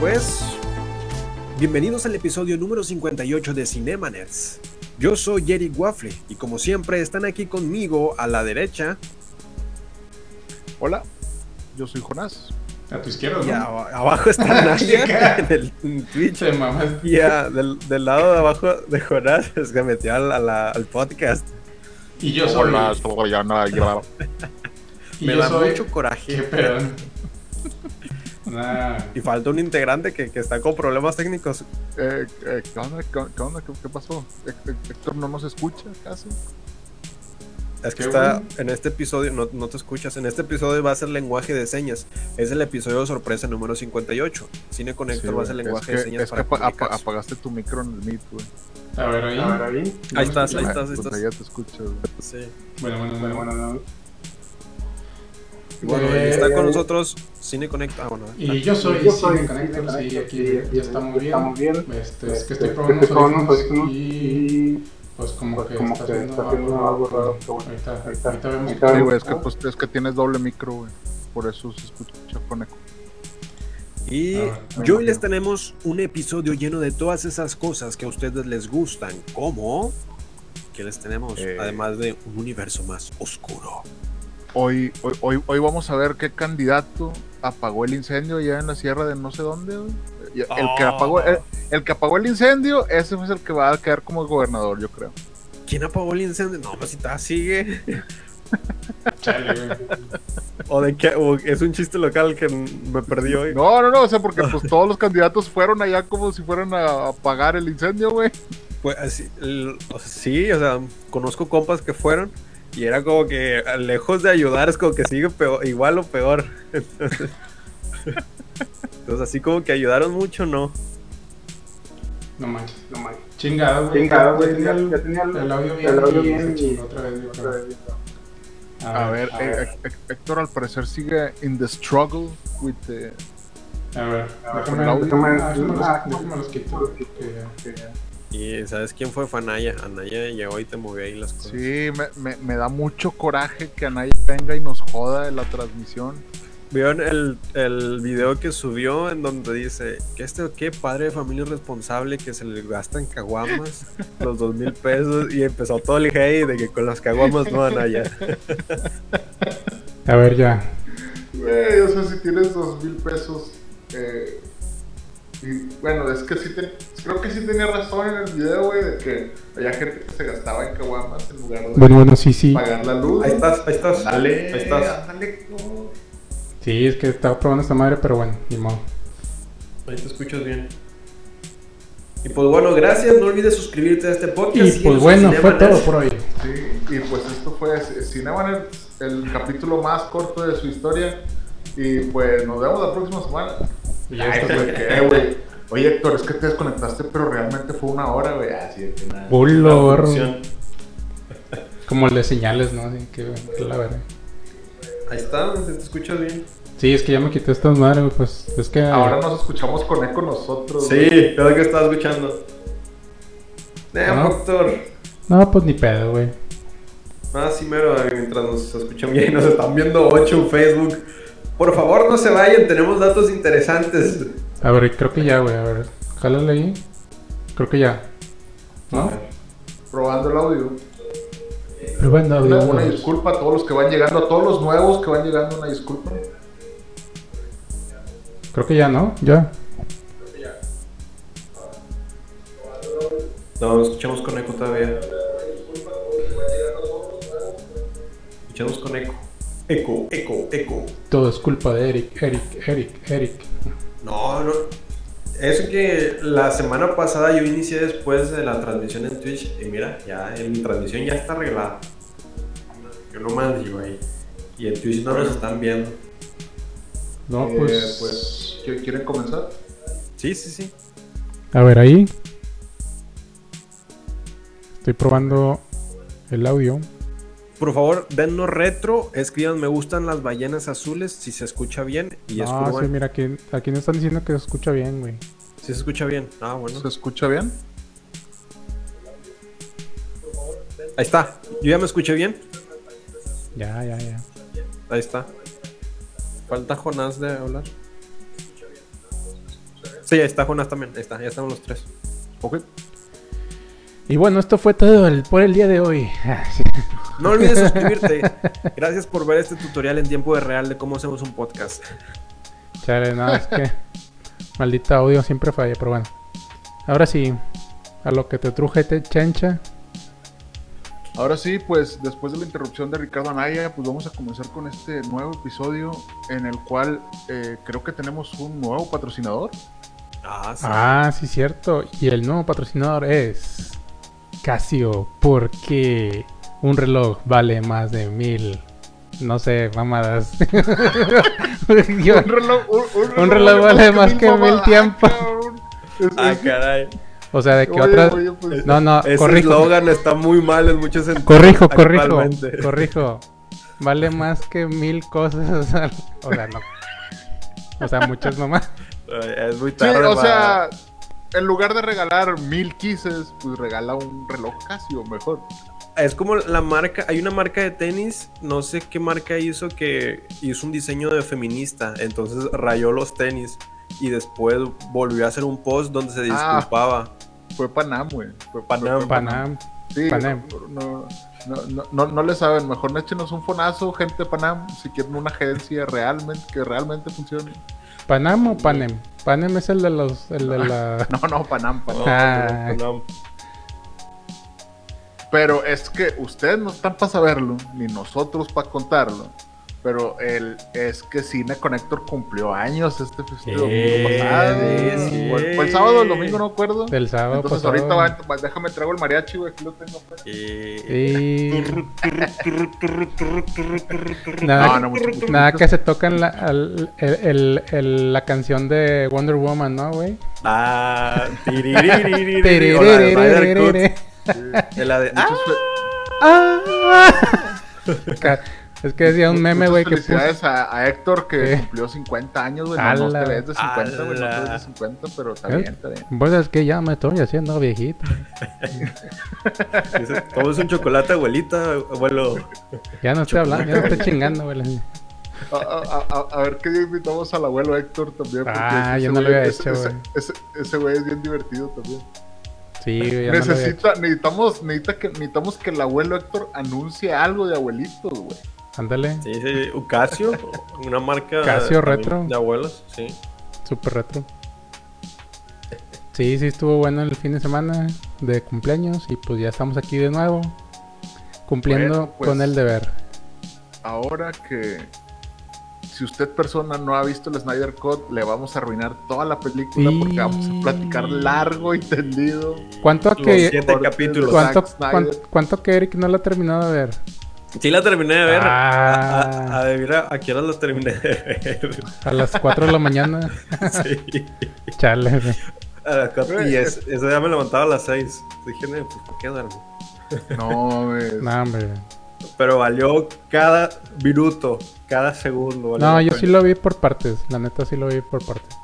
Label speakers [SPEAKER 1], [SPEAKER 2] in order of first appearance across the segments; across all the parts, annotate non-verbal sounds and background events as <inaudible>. [SPEAKER 1] Pues, bienvenidos al episodio número 58 de Cinemanets. Yo soy Jerry Waffle y como siempre están aquí conmigo a la derecha
[SPEAKER 2] Hola, yo soy Jonás.
[SPEAKER 3] A tu izquierda,
[SPEAKER 1] y a-
[SPEAKER 3] ¿no?
[SPEAKER 1] abajo
[SPEAKER 3] <laughs>
[SPEAKER 1] está Nadia en el en Twitch.
[SPEAKER 3] Te mamas.
[SPEAKER 1] Y a- del, del lado de abajo de Jonás es que metió al, a la- al podcast.
[SPEAKER 3] Y yo soy.
[SPEAKER 2] Hola, soy Ana Aguilar.
[SPEAKER 3] y
[SPEAKER 1] Me
[SPEAKER 3] yo
[SPEAKER 1] da
[SPEAKER 3] soy.
[SPEAKER 1] mucho coraje.
[SPEAKER 3] Qué pedo. Nah.
[SPEAKER 1] Y falta un integrante que, que está con problemas técnicos.
[SPEAKER 2] Eh, eh, ¿Qué onda? ¿Qué, qué onda? ¿Qué- qué pasó? Hec- Hec- Héctor no nos escucha casi.
[SPEAKER 1] Es que
[SPEAKER 3] Qué
[SPEAKER 1] está
[SPEAKER 3] bueno.
[SPEAKER 1] en este episodio, no, no te escuchas, en este episodio va a ser lenguaje de señas. Es el episodio sorpresa número 58. Cine Conector va a ser
[SPEAKER 2] Sí, güey.
[SPEAKER 1] lenguaje
[SPEAKER 2] es
[SPEAKER 1] de
[SPEAKER 2] que,
[SPEAKER 1] señas
[SPEAKER 2] es
[SPEAKER 1] para
[SPEAKER 2] que apa- apa-
[SPEAKER 1] comunicarse.
[SPEAKER 2] apagaste tu micro en el Meet, güey.
[SPEAKER 3] A ver, ahí.
[SPEAKER 1] Ahí estás, ahí
[SPEAKER 3] Bueno,
[SPEAKER 1] estás, ahí
[SPEAKER 2] Entonces
[SPEAKER 1] estás.
[SPEAKER 2] ya te escucho, güey.
[SPEAKER 1] Sí.
[SPEAKER 3] Bueno, bueno, bueno, bueno.
[SPEAKER 1] Bueno,
[SPEAKER 3] Eh,
[SPEAKER 1] y está con nosotros Cine Connect. Ah, bueno.
[SPEAKER 3] Y yo soy.
[SPEAKER 4] Yo soy
[SPEAKER 3] Cine Connector, sí, aquí ya estamos bien.
[SPEAKER 4] estamos bien.
[SPEAKER 3] Este, es que estoy probando unos
[SPEAKER 4] con unos
[SPEAKER 3] audífonos
[SPEAKER 4] audífonos
[SPEAKER 3] y.
[SPEAKER 4] y
[SPEAKER 3] Pues como
[SPEAKER 4] pues,
[SPEAKER 3] que
[SPEAKER 4] como
[SPEAKER 3] está
[SPEAKER 4] que
[SPEAKER 3] haciendo
[SPEAKER 4] está haciendo algo raro. pero bueno.
[SPEAKER 3] Ahorita,
[SPEAKER 4] Ahorita-
[SPEAKER 3] ahorita vemos.
[SPEAKER 4] ahorita-
[SPEAKER 2] Sí, güey, es que, pues, es que tienes doble micro, güey. Por eso se escucha con eco.
[SPEAKER 1] Y
[SPEAKER 3] Ah,
[SPEAKER 2] bueno.
[SPEAKER 1] yo hoy les tenemos un episodio lleno de todas esas cosas que a ustedes les gustan, como que les tenemos,
[SPEAKER 2] Eh.
[SPEAKER 1] además de un universo más oscuro.
[SPEAKER 2] Hoy, hoy, hoy, hoy vamos a ver qué candidato apagó el incendio allá en la sierra de no sé dónde, güey. Y El que,
[SPEAKER 1] Oh.
[SPEAKER 2] apagó, el, el que apagó el incendio, ese fue el que va a quedar como gobernador, yo creo.
[SPEAKER 1] ¿Quién apagó el incendio? No, pues si está, sigue.
[SPEAKER 3] Chale, güey.
[SPEAKER 1] O de qué, o es un chiste local que me perdí hoy.
[SPEAKER 2] No, no, no, o sea, porque <laughs> pues todos los candidatos fueron allá como si fueran a apagar el incendio, güey.
[SPEAKER 1] Pues así, el- o sea, sí, o sea, conozco compas que fueron y era como que lejos de ayudar es como que sigue peor- igual o peor. <laughs> Entonces, entonces, así como que ayudaron mucho, no.
[SPEAKER 3] No manches.
[SPEAKER 4] No manches.
[SPEAKER 3] Chingado, güey.
[SPEAKER 4] Chingado, güey,
[SPEAKER 3] Ya tenía el,
[SPEAKER 4] ya tenía el-
[SPEAKER 3] el audio bien.
[SPEAKER 4] el audio
[SPEAKER 3] y se
[SPEAKER 4] bien
[SPEAKER 3] chingó
[SPEAKER 4] y-
[SPEAKER 3] otra vez, yo
[SPEAKER 4] Otra
[SPEAKER 3] creo.
[SPEAKER 4] vez,
[SPEAKER 2] A ver, eh, eh, Héctor al parecer sigue in the struggle with the...
[SPEAKER 3] A ver, déjame,
[SPEAKER 2] el audio.
[SPEAKER 3] déjame, ah, déjame
[SPEAKER 4] Ah,
[SPEAKER 3] los, déjame los quito. que ya-
[SPEAKER 4] que
[SPEAKER 2] eh,
[SPEAKER 4] ya-
[SPEAKER 1] Y ¿sabes quién fue? Fue Anaya. Anaya llegó y te movió ahí las cosas.
[SPEAKER 2] Sí, me, me- me da mucho coraje que Anaya venga y nos joda de la transmisión.
[SPEAKER 1] ¿Vieron el, el video que subió en donde dice que este qué padre de familia irresponsable que se le gastan caguamas los dos mil pesos y empezó todo el hey de que con las caguamas no Anaya.
[SPEAKER 3] A ver, ya.
[SPEAKER 2] Güey, o sea, si tienes dos mil pesos... eh, y, bueno, es que sí te- creo que sí tenía razón en el video, güey, de que había gente que se gastaba en caguamas en lugar de
[SPEAKER 3] Bueno, bueno, sí, sí.
[SPEAKER 2] pagar la luz.
[SPEAKER 1] Ahí estás, ahí estás.
[SPEAKER 2] Dale,
[SPEAKER 1] ahí estás.
[SPEAKER 2] dale, no.
[SPEAKER 3] Sí, es que estaba probando esta madre, pero bueno, ni modo.
[SPEAKER 1] Ahí te escuchas bien. Y pues bueno, gracias. No olvides suscribirte a este podcast.
[SPEAKER 3] Y pues
[SPEAKER 1] Síguenos
[SPEAKER 3] bueno,
[SPEAKER 1] en
[SPEAKER 3] fue
[SPEAKER 1] Cinemanet.
[SPEAKER 3] todo por hoy.
[SPEAKER 2] Sí, y pues esto fue Cinebaner, el capítulo más corto de su historia. Y pues nos vemos la próxima semana.
[SPEAKER 3] Y
[SPEAKER 2] Ay,
[SPEAKER 3] esto
[SPEAKER 2] güey,
[SPEAKER 3] fue.
[SPEAKER 2] ¿qué, eh, güey? Oye, Héctor, es que te desconectaste, pero realmente fue una hora, güey. Así de que nada.
[SPEAKER 3] Bulor. Como le señales, ¿no? Así que, que la verga.
[SPEAKER 1] Ahí está, te escuchas bien.
[SPEAKER 3] Sí, es que ya me quité estas madres, güey, pues es que.
[SPEAKER 2] Ahora nos escuchamos con eco nosotros.
[SPEAKER 1] Sí,
[SPEAKER 2] güey.
[SPEAKER 1] es lo que estaba escuchando. Eh,
[SPEAKER 3] Ah.
[SPEAKER 1] doctor.
[SPEAKER 3] No, pues ni pedo, güey.
[SPEAKER 1] Ah, sí, mero, eh, mientras nos escuchan bien, nos están viendo 8 en Facebook. Por favor, no se vayan, tenemos datos interesantes.
[SPEAKER 3] A ver, creo que ya, güey, a ver. Jálale ahí. Creo que ya. ¿No?
[SPEAKER 2] Probando el audio.
[SPEAKER 3] Probando
[SPEAKER 2] Una,
[SPEAKER 3] audio.
[SPEAKER 2] una disculpa a todos los que van llegando, a todos los nuevos que van llegando, una disculpa.
[SPEAKER 3] Creo que ya, ¿no? Ya.
[SPEAKER 1] No, nos escuchamos con eco todavía. Escuchamos con eco. Eco, eco, eco.
[SPEAKER 3] Todo es culpa de Eric, Eric, Eric, Eric.
[SPEAKER 1] No, no. Eso que la semana pasada yo inicié después de la transmisión en Twitch y mira, ya en mi transmisión ya está arreglada. Yo nomás digo ahí. Y en Twitch no nos están viendo.
[SPEAKER 3] No,
[SPEAKER 2] Eh,
[SPEAKER 3] pues.
[SPEAKER 2] pues ¿qu- ¿Quieren comenzar?
[SPEAKER 1] Sí, sí, sí.
[SPEAKER 3] A ver, ahí. Estoy probando el audio.
[SPEAKER 1] Por favor, dennos retro, escriban me gustan las ballenas azules si se escucha bien y es
[SPEAKER 3] no, Ah, sí,
[SPEAKER 1] cubano.
[SPEAKER 3] mira, aquí, aquí nos están diciendo que se escucha bien, güey.
[SPEAKER 1] Si se escucha bien. Ah, bueno.
[SPEAKER 2] ¿Se escucha bien?
[SPEAKER 1] Ahí está. Yo ya me escuché bien.
[SPEAKER 3] Ya, ya, ya.
[SPEAKER 1] Ahí está. Falta Jonás de hablar. Sí, ahí está Jonás también. Ahí está, ya estamos los tres.
[SPEAKER 2] Ok.
[SPEAKER 3] Y bueno, esto fue todo el- por el día de hoy. <laughs> Ah,
[SPEAKER 1] No olvides suscribirte. Gracias por ver este tutorial en tiempo de real de cómo hacemos un podcast.
[SPEAKER 3] Chale, nada, es que. Maldita audio siempre falla, pero bueno. Ahora sí, a lo que te truje, te chancha.
[SPEAKER 2] Ahora sí, pues después de la interrupción de Ricardo Anaya, pues vamos a comenzar con este nuevo episodio en el cual eh, creo que tenemos un nuevo patrocinador.
[SPEAKER 1] Ah, sí.
[SPEAKER 3] Ah, sí, cierto. Y el nuevo patrocinador es. Casio, porque un reloj vale más de mil. No sé, mamadas. <laughs> Yo-
[SPEAKER 2] Un reloj, un,
[SPEAKER 3] Un reloj vale más que mil
[SPEAKER 2] mamadas,
[SPEAKER 3] tiempo.
[SPEAKER 2] cabrón. Es-
[SPEAKER 1] Ah,
[SPEAKER 2] es-
[SPEAKER 1] caray.
[SPEAKER 3] o sea, de que
[SPEAKER 2] oye,
[SPEAKER 3] otras.
[SPEAKER 2] oye, pues,
[SPEAKER 3] No, no,
[SPEAKER 1] Ese
[SPEAKER 3] corrijo.
[SPEAKER 1] eslogan está muy mal en muchos sentidos.
[SPEAKER 3] Corrijo, corrijo,
[SPEAKER 1] actualmente.
[SPEAKER 3] corrijo. Vale más que mil cosas. <laughs> O sea, o sea, no. O sea, muchas nomás.
[SPEAKER 1] Ay, Eh, Es muy
[SPEAKER 2] sí,
[SPEAKER 1] tarde.
[SPEAKER 2] o
[SPEAKER 1] para-
[SPEAKER 2] sea, en lugar de regalar mil quises, pues regala un reloj Casio mejor.
[SPEAKER 1] Es como la marca. Hay una marca de tenis. No sé qué marca hizo que hizo un diseño de feminista. Entonces rayó los tenis. Y después volvió a hacer un post donde se
[SPEAKER 2] Ah.
[SPEAKER 1] disculpaba.
[SPEAKER 2] Fue Panam, güey. Fue
[SPEAKER 1] Panam.
[SPEAKER 2] fue
[SPEAKER 3] Panam.
[SPEAKER 2] Sí,
[SPEAKER 3] Panam.
[SPEAKER 2] No, no, no, no, no le saben. Mejor no échenos un fonazo, gente de Panam, si quieren una agencia realmente que realmente funcione.
[SPEAKER 3] ¿Panam o Panem? Panem es el de los. El de la.
[SPEAKER 2] <laughs> No, no, Panam, Panam.
[SPEAKER 1] No,
[SPEAKER 3] <laughs> Ah.
[SPEAKER 1] no,
[SPEAKER 2] Pero es que ustedes no están para saberlo, ni nosotros para contarlo. Pero el, es que Cine Connector cumplió años este festival
[SPEAKER 3] Eh,
[SPEAKER 2] pasado.
[SPEAKER 3] sí.
[SPEAKER 2] O el, o el sábado, el domingo, no me acuerdo.
[SPEAKER 3] Del sábado
[SPEAKER 2] Entonces
[SPEAKER 3] pasado.
[SPEAKER 2] ahorita va- va- déjame traigo el mariachi, güey, aquí lo tengo. pues.
[SPEAKER 1] no. Y-
[SPEAKER 3] Sí. Nada,
[SPEAKER 2] no, mucho- mucho-
[SPEAKER 3] nada
[SPEAKER 2] mucho-
[SPEAKER 3] que se tocan la, al- el- el- el- la canción de Wonder Woman, ¿no, güey? <laughs>
[SPEAKER 1] Ah, tiririririri, o la de Ryder Cup,
[SPEAKER 3] Tererere.
[SPEAKER 1] de la de-
[SPEAKER 2] Muchas fe-
[SPEAKER 3] Ah. <laughs> Es que decía un meme,
[SPEAKER 2] Muchas
[SPEAKER 3] güey, que puso-
[SPEAKER 2] felicidades a, a Héctor que
[SPEAKER 3] Sí.
[SPEAKER 2] cumplió 50 años, güey.
[SPEAKER 3] Ala.
[SPEAKER 2] No, no te ves de 50, güey. No te ves
[SPEAKER 1] Ala.
[SPEAKER 2] de 50, pero está
[SPEAKER 3] ¿Eh?
[SPEAKER 2] bien, está bien.
[SPEAKER 3] Pues es que ya me estoy haciendo viejito.
[SPEAKER 1] dice, Todo es un chocolate, abuelita, abuelo.
[SPEAKER 3] Ya no estoy hablando, ya no estoy chingando, güey.
[SPEAKER 1] <laughs>
[SPEAKER 2] A, a- a- a ver qué día invitamos al abuelo Héctor también. porque pues,
[SPEAKER 3] Ah,
[SPEAKER 2] ese
[SPEAKER 3] yo no lo
[SPEAKER 2] güey-
[SPEAKER 3] había
[SPEAKER 2] ese-
[SPEAKER 3] hecho,
[SPEAKER 2] ese-
[SPEAKER 3] güey.
[SPEAKER 2] Ese ese güey es bien divertido también.
[SPEAKER 3] Sí, güey, ya no lo había hecho.
[SPEAKER 2] Necesita, necesitamos, necesita que, necesitamos que el abuelo Héctor anuncie algo de abuelitos, güey.
[SPEAKER 3] Ándale,
[SPEAKER 1] Sí, sí, un Casio, una marca
[SPEAKER 3] Casio
[SPEAKER 1] también
[SPEAKER 3] retro.
[SPEAKER 1] de abuelos, sí.
[SPEAKER 3] super retro. Sí, sí, estuvo bueno el fin de semana de cumpleaños y pues ya estamos aquí de nuevo cumpliendo
[SPEAKER 2] Bueno, pues.
[SPEAKER 3] con el deber.
[SPEAKER 2] Ahora que si usted persona no ha visto el Snyder Cut, le vamos a arruinar toda la película
[SPEAKER 3] Y-
[SPEAKER 2] porque vamos a platicar largo y tendido.
[SPEAKER 3] ¿Cuánto
[SPEAKER 1] Los
[SPEAKER 3] que-
[SPEAKER 1] siete capítulos.
[SPEAKER 2] ¿Cuán-
[SPEAKER 3] ¿Cuánto,
[SPEAKER 2] Zack Snyder.
[SPEAKER 3] cuánto, cuánto que Eric no lo ha terminado de ver?
[SPEAKER 1] Sí la terminé de ver. A,
[SPEAKER 3] Ah.
[SPEAKER 1] a- a ver, ¿a qué hora la terminé de ver? <laughs>
[SPEAKER 3] A las 4 de la mañana.
[SPEAKER 1] Sí.
[SPEAKER 3] Chale, güey.
[SPEAKER 1] A las cuatro y es- ese día me levantaba a las 6. Dije, "No, pues, ¿por qué duermo?
[SPEAKER 2] No, güey.
[SPEAKER 3] No, hombre. güey.
[SPEAKER 1] Pero valió cada minuto, cada segundo. valió
[SPEAKER 3] No,
[SPEAKER 1] la
[SPEAKER 3] yo
[SPEAKER 1] pena.
[SPEAKER 3] sí lo vi por partes. La neta sí lo vi por partes.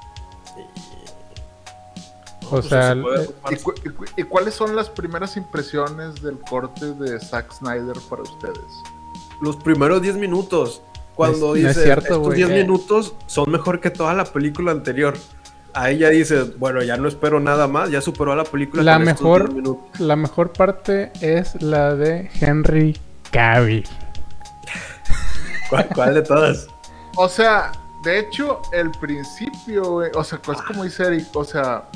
[SPEAKER 1] No,
[SPEAKER 3] o
[SPEAKER 1] pues,
[SPEAKER 3] sea,
[SPEAKER 1] se puede
[SPEAKER 3] eh,
[SPEAKER 2] ¿Y,
[SPEAKER 1] ocupar
[SPEAKER 2] cu- y cu- y cuáles son las primeras impresiones del corte de Zack Snyder para ustedes?
[SPEAKER 1] los primeros 10 minutos. Cuando
[SPEAKER 3] Es- no es
[SPEAKER 1] dices,
[SPEAKER 3] cierto,
[SPEAKER 1] estos
[SPEAKER 3] güey.
[SPEAKER 1] 10
[SPEAKER 3] Eh.
[SPEAKER 1] minutos son mejor que toda la película anterior. Ahí ya dices, bueno, ya no espero nada más, ya superó a la película.
[SPEAKER 3] La
[SPEAKER 1] con estos
[SPEAKER 3] mejor-
[SPEAKER 1] 10 minutos.
[SPEAKER 3] La mejor parte es la de Henry Cavill.
[SPEAKER 1] ¿Cuál, cuál de todas?
[SPEAKER 2] O sea, de hecho, el principio, güey, o sea, es
[SPEAKER 3] Ah.
[SPEAKER 2] como dice Eric, o sea,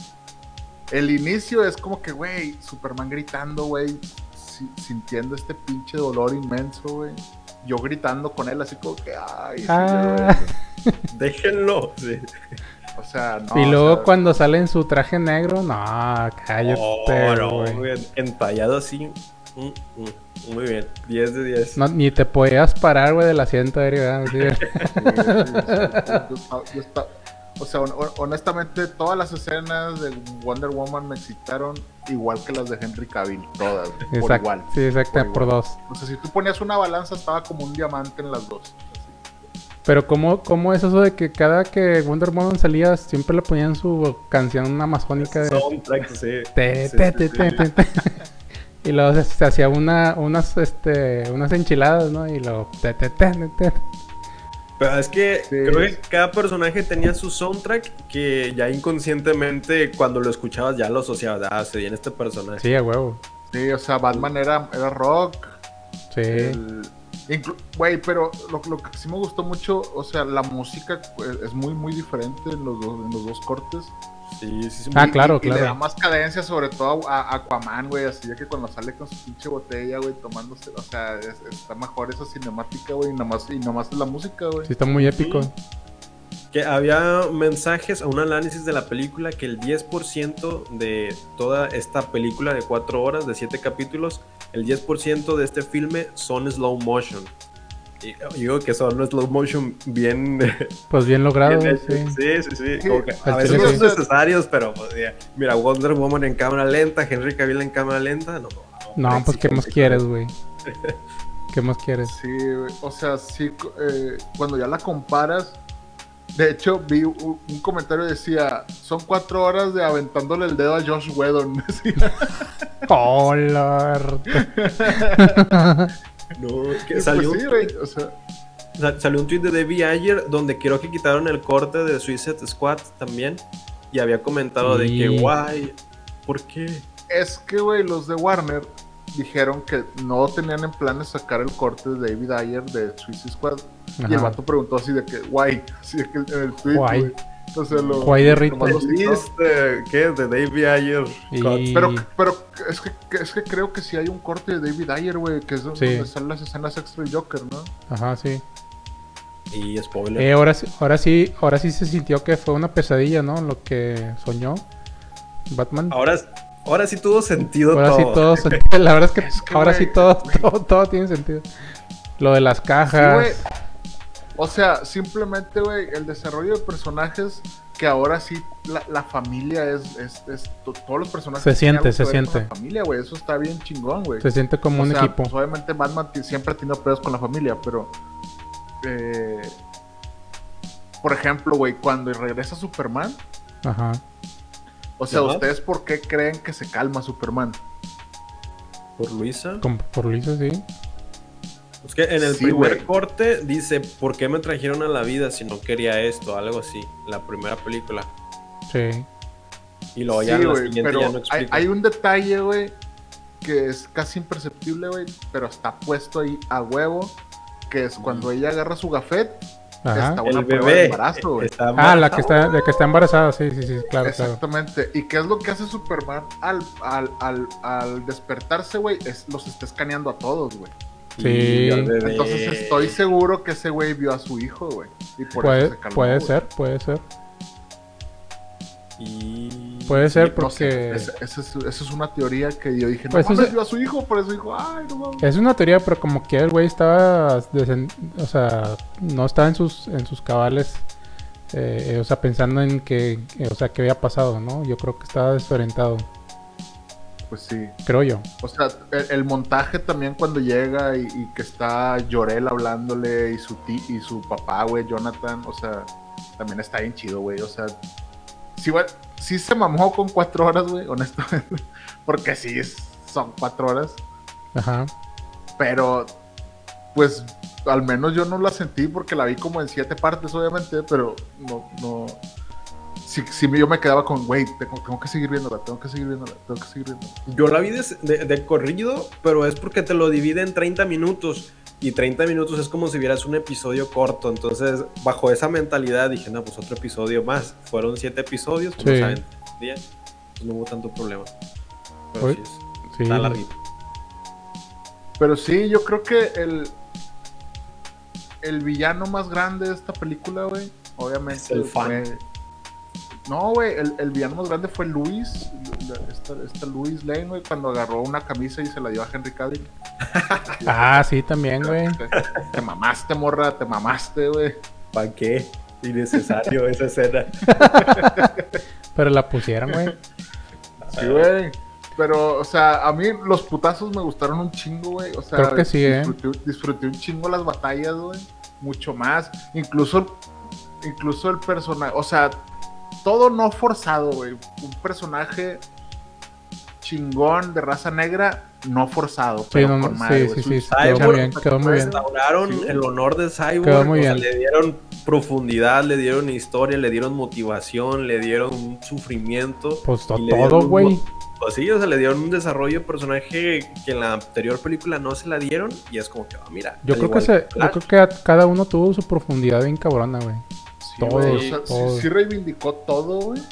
[SPEAKER 2] el inicio es como que, güey, Superman gritando, güey, si- sintiendo este pinche dolor inmenso, güey. Yo gritando con él, así como que, ay, sí,
[SPEAKER 3] Ah.
[SPEAKER 1] <laughs> Déjenlo. sí.
[SPEAKER 2] güey. o sea, no.
[SPEAKER 3] y
[SPEAKER 2] o
[SPEAKER 3] luego
[SPEAKER 2] sea,
[SPEAKER 3] cuando sale en su traje negro, no,
[SPEAKER 1] Oh,
[SPEAKER 3] cállate,
[SPEAKER 1] no,
[SPEAKER 3] güey.
[SPEAKER 1] güey, entallado así. Mm, mm, muy bien, 10 de 10.
[SPEAKER 3] No, ni te podías parar, güey, del asiento, Eric. ¿verdad? Sí, güey.
[SPEAKER 2] sí, sí, sí, yo, estaba- yo estaba- O sea, hon- hon- honestamente, todas las escenas de Wonder Woman me excitaron igual que las de Henry Cavill, todas, por
[SPEAKER 3] Exacto.
[SPEAKER 2] igual.
[SPEAKER 3] Sí, exacto,
[SPEAKER 2] Por
[SPEAKER 3] por,
[SPEAKER 2] igual.
[SPEAKER 3] dos.
[SPEAKER 2] O sea, si tú ponías una balanza, estaba como un diamante en las dos.
[SPEAKER 3] Pero ¿cómo, ¿cómo es eso de que cada que Wonder Woman salía siempre le ponían su canción amazónica de...
[SPEAKER 1] Soundtrack, sí.
[SPEAKER 3] Te,
[SPEAKER 1] Sí,
[SPEAKER 3] te,
[SPEAKER 1] sí,
[SPEAKER 3] te,
[SPEAKER 1] sí.
[SPEAKER 3] te, te, <laughs> te. Y luego se, se hacía una, unas, este, unas enchiladas, ¿no? Y luego... te, te, te, te, te.
[SPEAKER 1] Pero es que
[SPEAKER 2] Sí.
[SPEAKER 1] creo que cada personaje tenía su soundtrack que ya inconscientemente cuando lo escuchabas ya lo asociabas. Ah, se viene este personaje.
[SPEAKER 3] Sí, a huevo.
[SPEAKER 2] Sí, o sea, Batman era, era rock.
[SPEAKER 3] Sí.
[SPEAKER 2] el- inclu- Güey, pero lo, lo que sí me gustó mucho, o sea, la música pues, es muy, muy diferente en los, dos- en los dos cortes.
[SPEAKER 1] Sí, sí, sí.
[SPEAKER 3] Ah,
[SPEAKER 2] Y-
[SPEAKER 3] claro,
[SPEAKER 2] y- y le da
[SPEAKER 3] claro.
[SPEAKER 2] más cadencia, sobre todo a, a Aquaman, güey. Así de que cuando sale con su pinche botella, güey, tomándose. O sea, es- está mejor esa cinemática, güey. Y nomás, y nomás es la música, güey.
[SPEAKER 3] Sí, está muy épico.
[SPEAKER 1] Que había mensajes a un análisis de la película que el 10% de toda esta película de 4 horas, de 7 capítulos, el 10% de este filme son slow motion. Y yo digo que son slow motion bien,
[SPEAKER 3] Pues bien logrado,
[SPEAKER 1] bien hechos. sí,
[SPEAKER 3] sí.
[SPEAKER 1] sí, sí. Como que
[SPEAKER 3] Al
[SPEAKER 1] a veces
[SPEAKER 3] chile
[SPEAKER 1] no
[SPEAKER 3] sí.
[SPEAKER 1] son necesarios, pero pues, ya. mira, Wonder Woman en cámara lenta, Henry Cavill en cámara lenta, no.
[SPEAKER 3] No, pues ¿qué más quieres, güey? ¿Qué más
[SPEAKER 2] <laughs>
[SPEAKER 3] quieres?
[SPEAKER 2] Sí, güey, o sea, sí, cu- eh, cuando ya la comparas, de hecho vi u- un comentario que decía, son cuatro horas de aventándole el dedo a Josh Whedon. <laughs> decía.
[SPEAKER 3] Color.
[SPEAKER 1] No, es que <laughs>
[SPEAKER 2] Y
[SPEAKER 1] salió
[SPEAKER 2] pues sí,
[SPEAKER 1] un-
[SPEAKER 2] güey, o sea,
[SPEAKER 1] Sa- Salió un tweet de Debbie ayer donde creo que quitaron el corte de Suicide Squad también. Y había comentado de que,
[SPEAKER 3] Sí.
[SPEAKER 1] guay, ¿por qué?
[SPEAKER 2] es que, güey, los de Warner dijeron que no tenían en planes sacar el corte de David Ayer de Suicide Squad. Y el
[SPEAKER 3] Ajá.
[SPEAKER 2] vato preguntó así de que, guay, así de que en el tweet,
[SPEAKER 3] Guay.
[SPEAKER 2] güey. O sea, lo...
[SPEAKER 3] Guay de
[SPEAKER 2] nomás
[SPEAKER 3] Rita.
[SPEAKER 2] lo citó.
[SPEAKER 1] ¿Viste? ¿Qué? De Debbie ayer.
[SPEAKER 3] Y-
[SPEAKER 2] Pero, pero es, que, es que creo que sí hay un corte de David Ayer, güey, que es
[SPEAKER 3] Sí.
[SPEAKER 2] donde están las escenas extra del Joker, ¿no?
[SPEAKER 3] Ajá, sí.
[SPEAKER 1] Y spoiler.
[SPEAKER 3] Eh, ahora, sí- ahora sí, ahora sí se sintió que fue una pesadilla, ¿no? Lo que soñó Batman.
[SPEAKER 2] Ah,
[SPEAKER 1] ahora, ahora sí tuvo sentido
[SPEAKER 3] Ahora
[SPEAKER 1] todo.
[SPEAKER 3] sí todo
[SPEAKER 2] <laughs>
[SPEAKER 3] se- La verdad es que,
[SPEAKER 2] Es que,
[SPEAKER 3] ahora
[SPEAKER 2] güey,
[SPEAKER 3] sí todo, todo, todo tiene sentido. Lo de las cajas.
[SPEAKER 2] Sí, güey. O sea, simplemente, güey, el desarrollo de personajes que ahora sí la, la familia es, es, es- to- todos los personajes.
[SPEAKER 3] Se
[SPEAKER 2] tienen
[SPEAKER 3] siente,
[SPEAKER 2] algo que ver
[SPEAKER 3] se
[SPEAKER 2] con
[SPEAKER 3] siente.
[SPEAKER 2] La familia, güey, eso está bien chingón, güey.
[SPEAKER 3] se siente como
[SPEAKER 2] O
[SPEAKER 3] un
[SPEAKER 2] sea,
[SPEAKER 3] equipo.
[SPEAKER 2] pues, obviamente Batman ti- siempre ha tenido pedos con la familia, pero. eh, por ejemplo, güey, cuando regresa Superman,
[SPEAKER 3] Ajá.
[SPEAKER 2] o sea,
[SPEAKER 1] Ajá.
[SPEAKER 2] ¿ustedes por qué creen que se calma Superman?
[SPEAKER 1] Por Luisa.
[SPEAKER 3] Como por Luisa, sí.
[SPEAKER 1] Es que en el
[SPEAKER 2] Sí,
[SPEAKER 1] primer
[SPEAKER 2] güey.
[SPEAKER 1] corte dice, ¿por qué me trajeron a la vida si no quería esto? Algo así. La primera película.
[SPEAKER 3] Sí.
[SPEAKER 1] Y luego ya
[SPEAKER 2] Sí,
[SPEAKER 1] en la
[SPEAKER 2] güey,
[SPEAKER 1] siguiente
[SPEAKER 2] pero
[SPEAKER 1] ya no
[SPEAKER 2] hay,
[SPEAKER 1] explica.
[SPEAKER 2] hay un detalle, güey, que es casi imperceptible, güey, pero está puesto ahí a huevo, que es cuando ella agarra su gafet,
[SPEAKER 3] Ajá.
[SPEAKER 2] está una
[SPEAKER 1] El
[SPEAKER 2] prueba de
[SPEAKER 1] bebé.
[SPEAKER 2] embarazo, güey.
[SPEAKER 1] está
[SPEAKER 3] Ah,
[SPEAKER 1] mal-
[SPEAKER 3] la que está, la que está embarazada, sí, sí, sí, claro, claro.
[SPEAKER 2] Exactamente. ¿Y qué es lo que hace Superman al, al, al, al despertarse, güey? Es, los está escaneando a todos, güey.
[SPEAKER 1] Y
[SPEAKER 3] Sí.
[SPEAKER 1] al bebé.
[SPEAKER 2] Entonces estoy seguro que ese güey vio a su hijo, güey. Y por
[SPEAKER 3] Puede,
[SPEAKER 2] eso se calmó,
[SPEAKER 3] puede
[SPEAKER 2] güey.
[SPEAKER 3] ser, puede ser.
[SPEAKER 1] Y-
[SPEAKER 3] Puede ser
[SPEAKER 2] No sé,
[SPEAKER 3] porque.
[SPEAKER 2] esa- esa es, esa es una teoría que yo dije, no
[SPEAKER 3] Pues Eh.
[SPEAKER 2] mames,
[SPEAKER 3] ese-
[SPEAKER 2] vio a su hijo, por eso dijo, ay, no mames.
[SPEAKER 3] Es una teoría, pero como que el güey estaba, desen- o sea, no estaba en sus, en sus cabales, eh, eh, o sea, pensando en que, eh, o sea, qué había pasado, ¿no? Yo creo que estaba desorientado,
[SPEAKER 2] Pues sí.
[SPEAKER 3] creo yo.
[SPEAKER 2] O sea, el, el montaje también cuando llega y, y que está Llorel hablándole y su ti- y su papá, güey, Jonathan, o sea, también está bien chido, güey. O sea, sí, va- sí se mamó con cuatro horas, güey, honestamente. <laughs> Porque sí es- son cuatro horas.
[SPEAKER 3] Ajá.
[SPEAKER 2] Pero, pues, al menos yo no la sentí porque la vi como en siete partes, obviamente, pero no, no. Sí, sí yo me quedaba con, güey, tengo, tengo que seguir viéndola, tengo que seguir viéndola, tengo que seguir viéndola.
[SPEAKER 1] Yo la vi de, de- de corrido, pero es porque te lo divide en 30 minutos. Y 30 minutos es como si vieras un episodio corto. Entonces, bajo esa mentalidad, dije, no, pues otro episodio más. Fueron 7 episodios, como
[SPEAKER 3] Sí.
[SPEAKER 1] saben, diez. Entonces, no hubo tanto problema. Pero
[SPEAKER 3] Uy,
[SPEAKER 1] sí, es-
[SPEAKER 3] Sí.
[SPEAKER 1] está larguito.
[SPEAKER 2] Pero sí, yo creo que el, el villano más grande de esta película, güey, obviamente.
[SPEAKER 1] Es el fan.
[SPEAKER 2] fue- No, güey, el, el villano más grande fue Luis, la- esta, esta Luis Lane, güey, cuando agarró una camisa y se la dio a Henry Cavill.
[SPEAKER 3] Ah, sí, también, güey.
[SPEAKER 2] Te, te mamaste, morra, te mamaste, güey.
[SPEAKER 1] ¿Para qué?
[SPEAKER 3] <laughs>
[SPEAKER 1] Innecesario esa escena.
[SPEAKER 3] Pero la pusieron, güey.
[SPEAKER 2] Sí, güey. Pero, o sea, a mí los putazos me gustaron un chingo, güey. O sea,
[SPEAKER 3] Creo que sí, ¿eh?
[SPEAKER 2] disfruté, disfruté un chingo las batallas, güey. Mucho más. Incluso, incluso el personaje. O sea, todo no forzado, güey. Un personaje chingón de raza negra, no forzado.
[SPEAKER 3] Sí,
[SPEAKER 2] Pero
[SPEAKER 3] no,
[SPEAKER 2] con
[SPEAKER 3] sí,
[SPEAKER 2] madre, güey.
[SPEAKER 3] sí,
[SPEAKER 2] Es
[SPEAKER 3] sí,
[SPEAKER 2] un
[SPEAKER 3] sí, quedó muy
[SPEAKER 2] cyborg,
[SPEAKER 3] bien, quedó
[SPEAKER 1] Pues
[SPEAKER 3] muy bien.
[SPEAKER 1] Restauraron
[SPEAKER 2] Sí.
[SPEAKER 1] el honor de Cyborg.
[SPEAKER 3] Quedó muy
[SPEAKER 1] o sea,
[SPEAKER 3] bien.
[SPEAKER 1] le dieron profundidad, le dieron historia, le dieron motivación, le dieron un sufrimiento.
[SPEAKER 3] Pues to-
[SPEAKER 1] Y le dieron
[SPEAKER 3] todo,
[SPEAKER 1] un
[SPEAKER 3] güey.
[SPEAKER 1] mo- Pues sí, o sea, le dieron un desarrollo de personaje que en la anterior película no se la dieron. Y es como que, ah, mira.
[SPEAKER 3] Yo
[SPEAKER 1] al
[SPEAKER 3] creo que
[SPEAKER 1] igual
[SPEAKER 3] se, yo
[SPEAKER 1] Flash,
[SPEAKER 3] creo que a- cada uno tuvo su profundidad bien cabrona, güey.
[SPEAKER 2] Sí,
[SPEAKER 3] Todos,
[SPEAKER 2] güey, o sea, sí-
[SPEAKER 3] todos.
[SPEAKER 2] Sí, reivindicó todo, güey.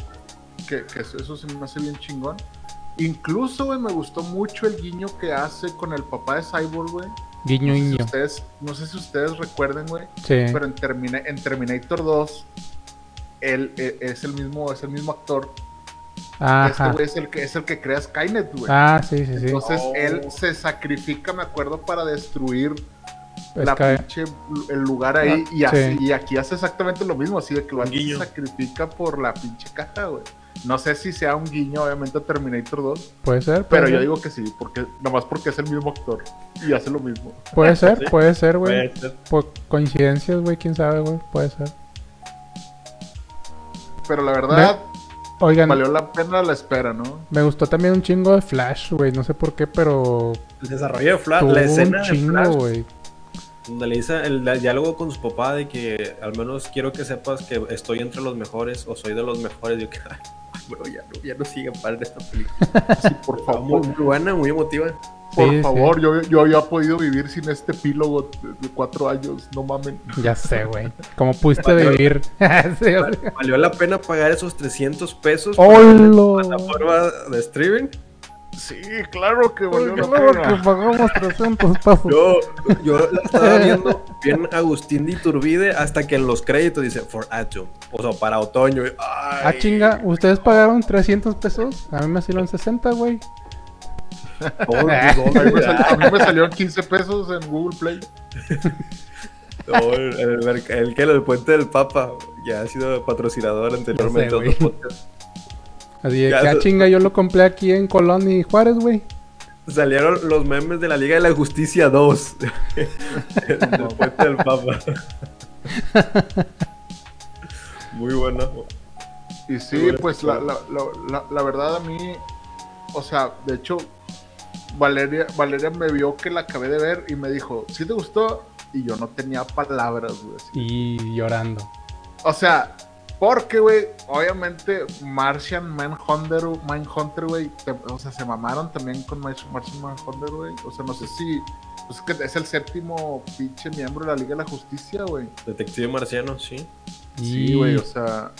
[SPEAKER 2] Que, que eso, eso se me hace bien chingón. Incluso, güey, me gustó mucho el guiño que hace con el papá de Cyborg, güey.
[SPEAKER 3] Guiño,
[SPEAKER 2] No sé si
[SPEAKER 3] guiño.
[SPEAKER 2] ustedes, no sé si ustedes recuerden, güey,
[SPEAKER 3] Sí.
[SPEAKER 2] pero en, Termina- en Terminator 2, él eh, es el mismo, es el mismo actor. Este
[SPEAKER 3] Ajá.
[SPEAKER 2] güey es el que es el que crea Skynet, güey.
[SPEAKER 3] Ah, sí, sí, sí.
[SPEAKER 2] Entonces
[SPEAKER 1] Oh.
[SPEAKER 2] él se sacrifica, me acuerdo, para destruir
[SPEAKER 3] Es
[SPEAKER 2] la
[SPEAKER 3] que
[SPEAKER 2] pinche lu- el lugar ahí y, así,
[SPEAKER 3] sí.
[SPEAKER 2] y aquí hace exactamente lo mismo, así de que lo
[SPEAKER 1] Ah, Guiño.
[SPEAKER 2] sacrifica por la pinche caja, güey. No sé si sea un guiño, obviamente, a Terminator 2,
[SPEAKER 3] puede ser.
[SPEAKER 2] pero
[SPEAKER 3] puede
[SPEAKER 2] yo
[SPEAKER 3] ser.
[SPEAKER 2] digo que sí, porque nomás porque es el mismo actor y hace lo mismo.
[SPEAKER 3] Puede ser, puede ser, güey.
[SPEAKER 1] puede ser.
[SPEAKER 3] Por coincidencias, güey, quién sabe, güey. Puede ser.
[SPEAKER 2] Pero la verdad,
[SPEAKER 3] Oigan,
[SPEAKER 2] valió la pena la espera, ¿no?
[SPEAKER 3] me gustó también un chingo de Flash, güey. No sé por qué, pero
[SPEAKER 1] El desarrollo de Flash,
[SPEAKER 3] tuvo
[SPEAKER 1] Ah, la
[SPEAKER 3] un
[SPEAKER 1] escena de Flash,
[SPEAKER 3] chingo, güey.
[SPEAKER 1] donde le dice el, el diálogo con su papá de que al menos quiero que sepas que estoy entre los mejores o soy de los mejores. Yo que, <laughs> ay, bro, ya no, ya no sigue parte esta película.
[SPEAKER 2] Sí, por
[SPEAKER 1] Está Muy,
[SPEAKER 2] favor,
[SPEAKER 1] muy buena, muy emotiva.
[SPEAKER 2] por
[SPEAKER 3] Sí, sí.
[SPEAKER 2] favor, yo, yo había podido vivir sin este epílogo de- de cuatro años, no mamen.
[SPEAKER 3] Ya sé, güey. ¿Cómo pudiste vivir? <laughs> Sí, o sea,
[SPEAKER 1] Valió la pena pagar esos 300 pesos
[SPEAKER 3] Oh. ¡Holo!
[SPEAKER 1] por la plataforma de streaming.
[SPEAKER 2] Sí, claro que valió la
[SPEAKER 3] Claro que
[SPEAKER 2] pena.
[SPEAKER 3] pagamos 300 pasos.
[SPEAKER 1] Yo, yo la estaba viendo bien Agustín de Iturbide hasta que en los créditos dice for autumn, o sea, para otoño. Y, ay,
[SPEAKER 3] Ah, chinga, ¿ustedes pagaron 300 pesos? A mí me salieron 60, güey.
[SPEAKER 1] todo,
[SPEAKER 2] A
[SPEAKER 3] <laughs>
[SPEAKER 2] mí,
[SPEAKER 1] todo,
[SPEAKER 2] me sal- a <laughs> mí me salieron 15 pesos en Google Play.
[SPEAKER 1] No, el, el, merc- el que el puente del Papa ya ha sido patrocinador anteriormente.
[SPEAKER 3] Ya sé,
[SPEAKER 1] de otro
[SPEAKER 3] güey.
[SPEAKER 1] podcast.
[SPEAKER 3] Así de que,
[SPEAKER 1] Ya,
[SPEAKER 3] ah,
[SPEAKER 1] eso-
[SPEAKER 3] chinga, yo lo compré aquí en Colón y Juárez, güey.
[SPEAKER 1] Salieron los memes de la Liga de la Justicia <laughs> 2. este el del puente del Papa. Muy bueno.
[SPEAKER 2] Y
[SPEAKER 1] Muy
[SPEAKER 2] sí,
[SPEAKER 1] buena
[SPEAKER 2] pues la, la, la, la- la verdad a mí, o sea, de hecho, Valeria, Valeria me vio que la acabé de ver y me dijo, ¿sí te gustó? Y yo no tenía palabras, güey. así.
[SPEAKER 3] Y llorando.
[SPEAKER 2] O sea, porque, güey, obviamente Martian Manhunter, Manhunter, güey, te- o sea, se mamaron también con Mar- Martian Manhunter, güey. O sea, no sé si, pues es que es el séptimo pinche miembro de la Liga de la Justicia, güey.
[SPEAKER 1] Detective Marciano, sí.
[SPEAKER 2] Sí, güey, o sea.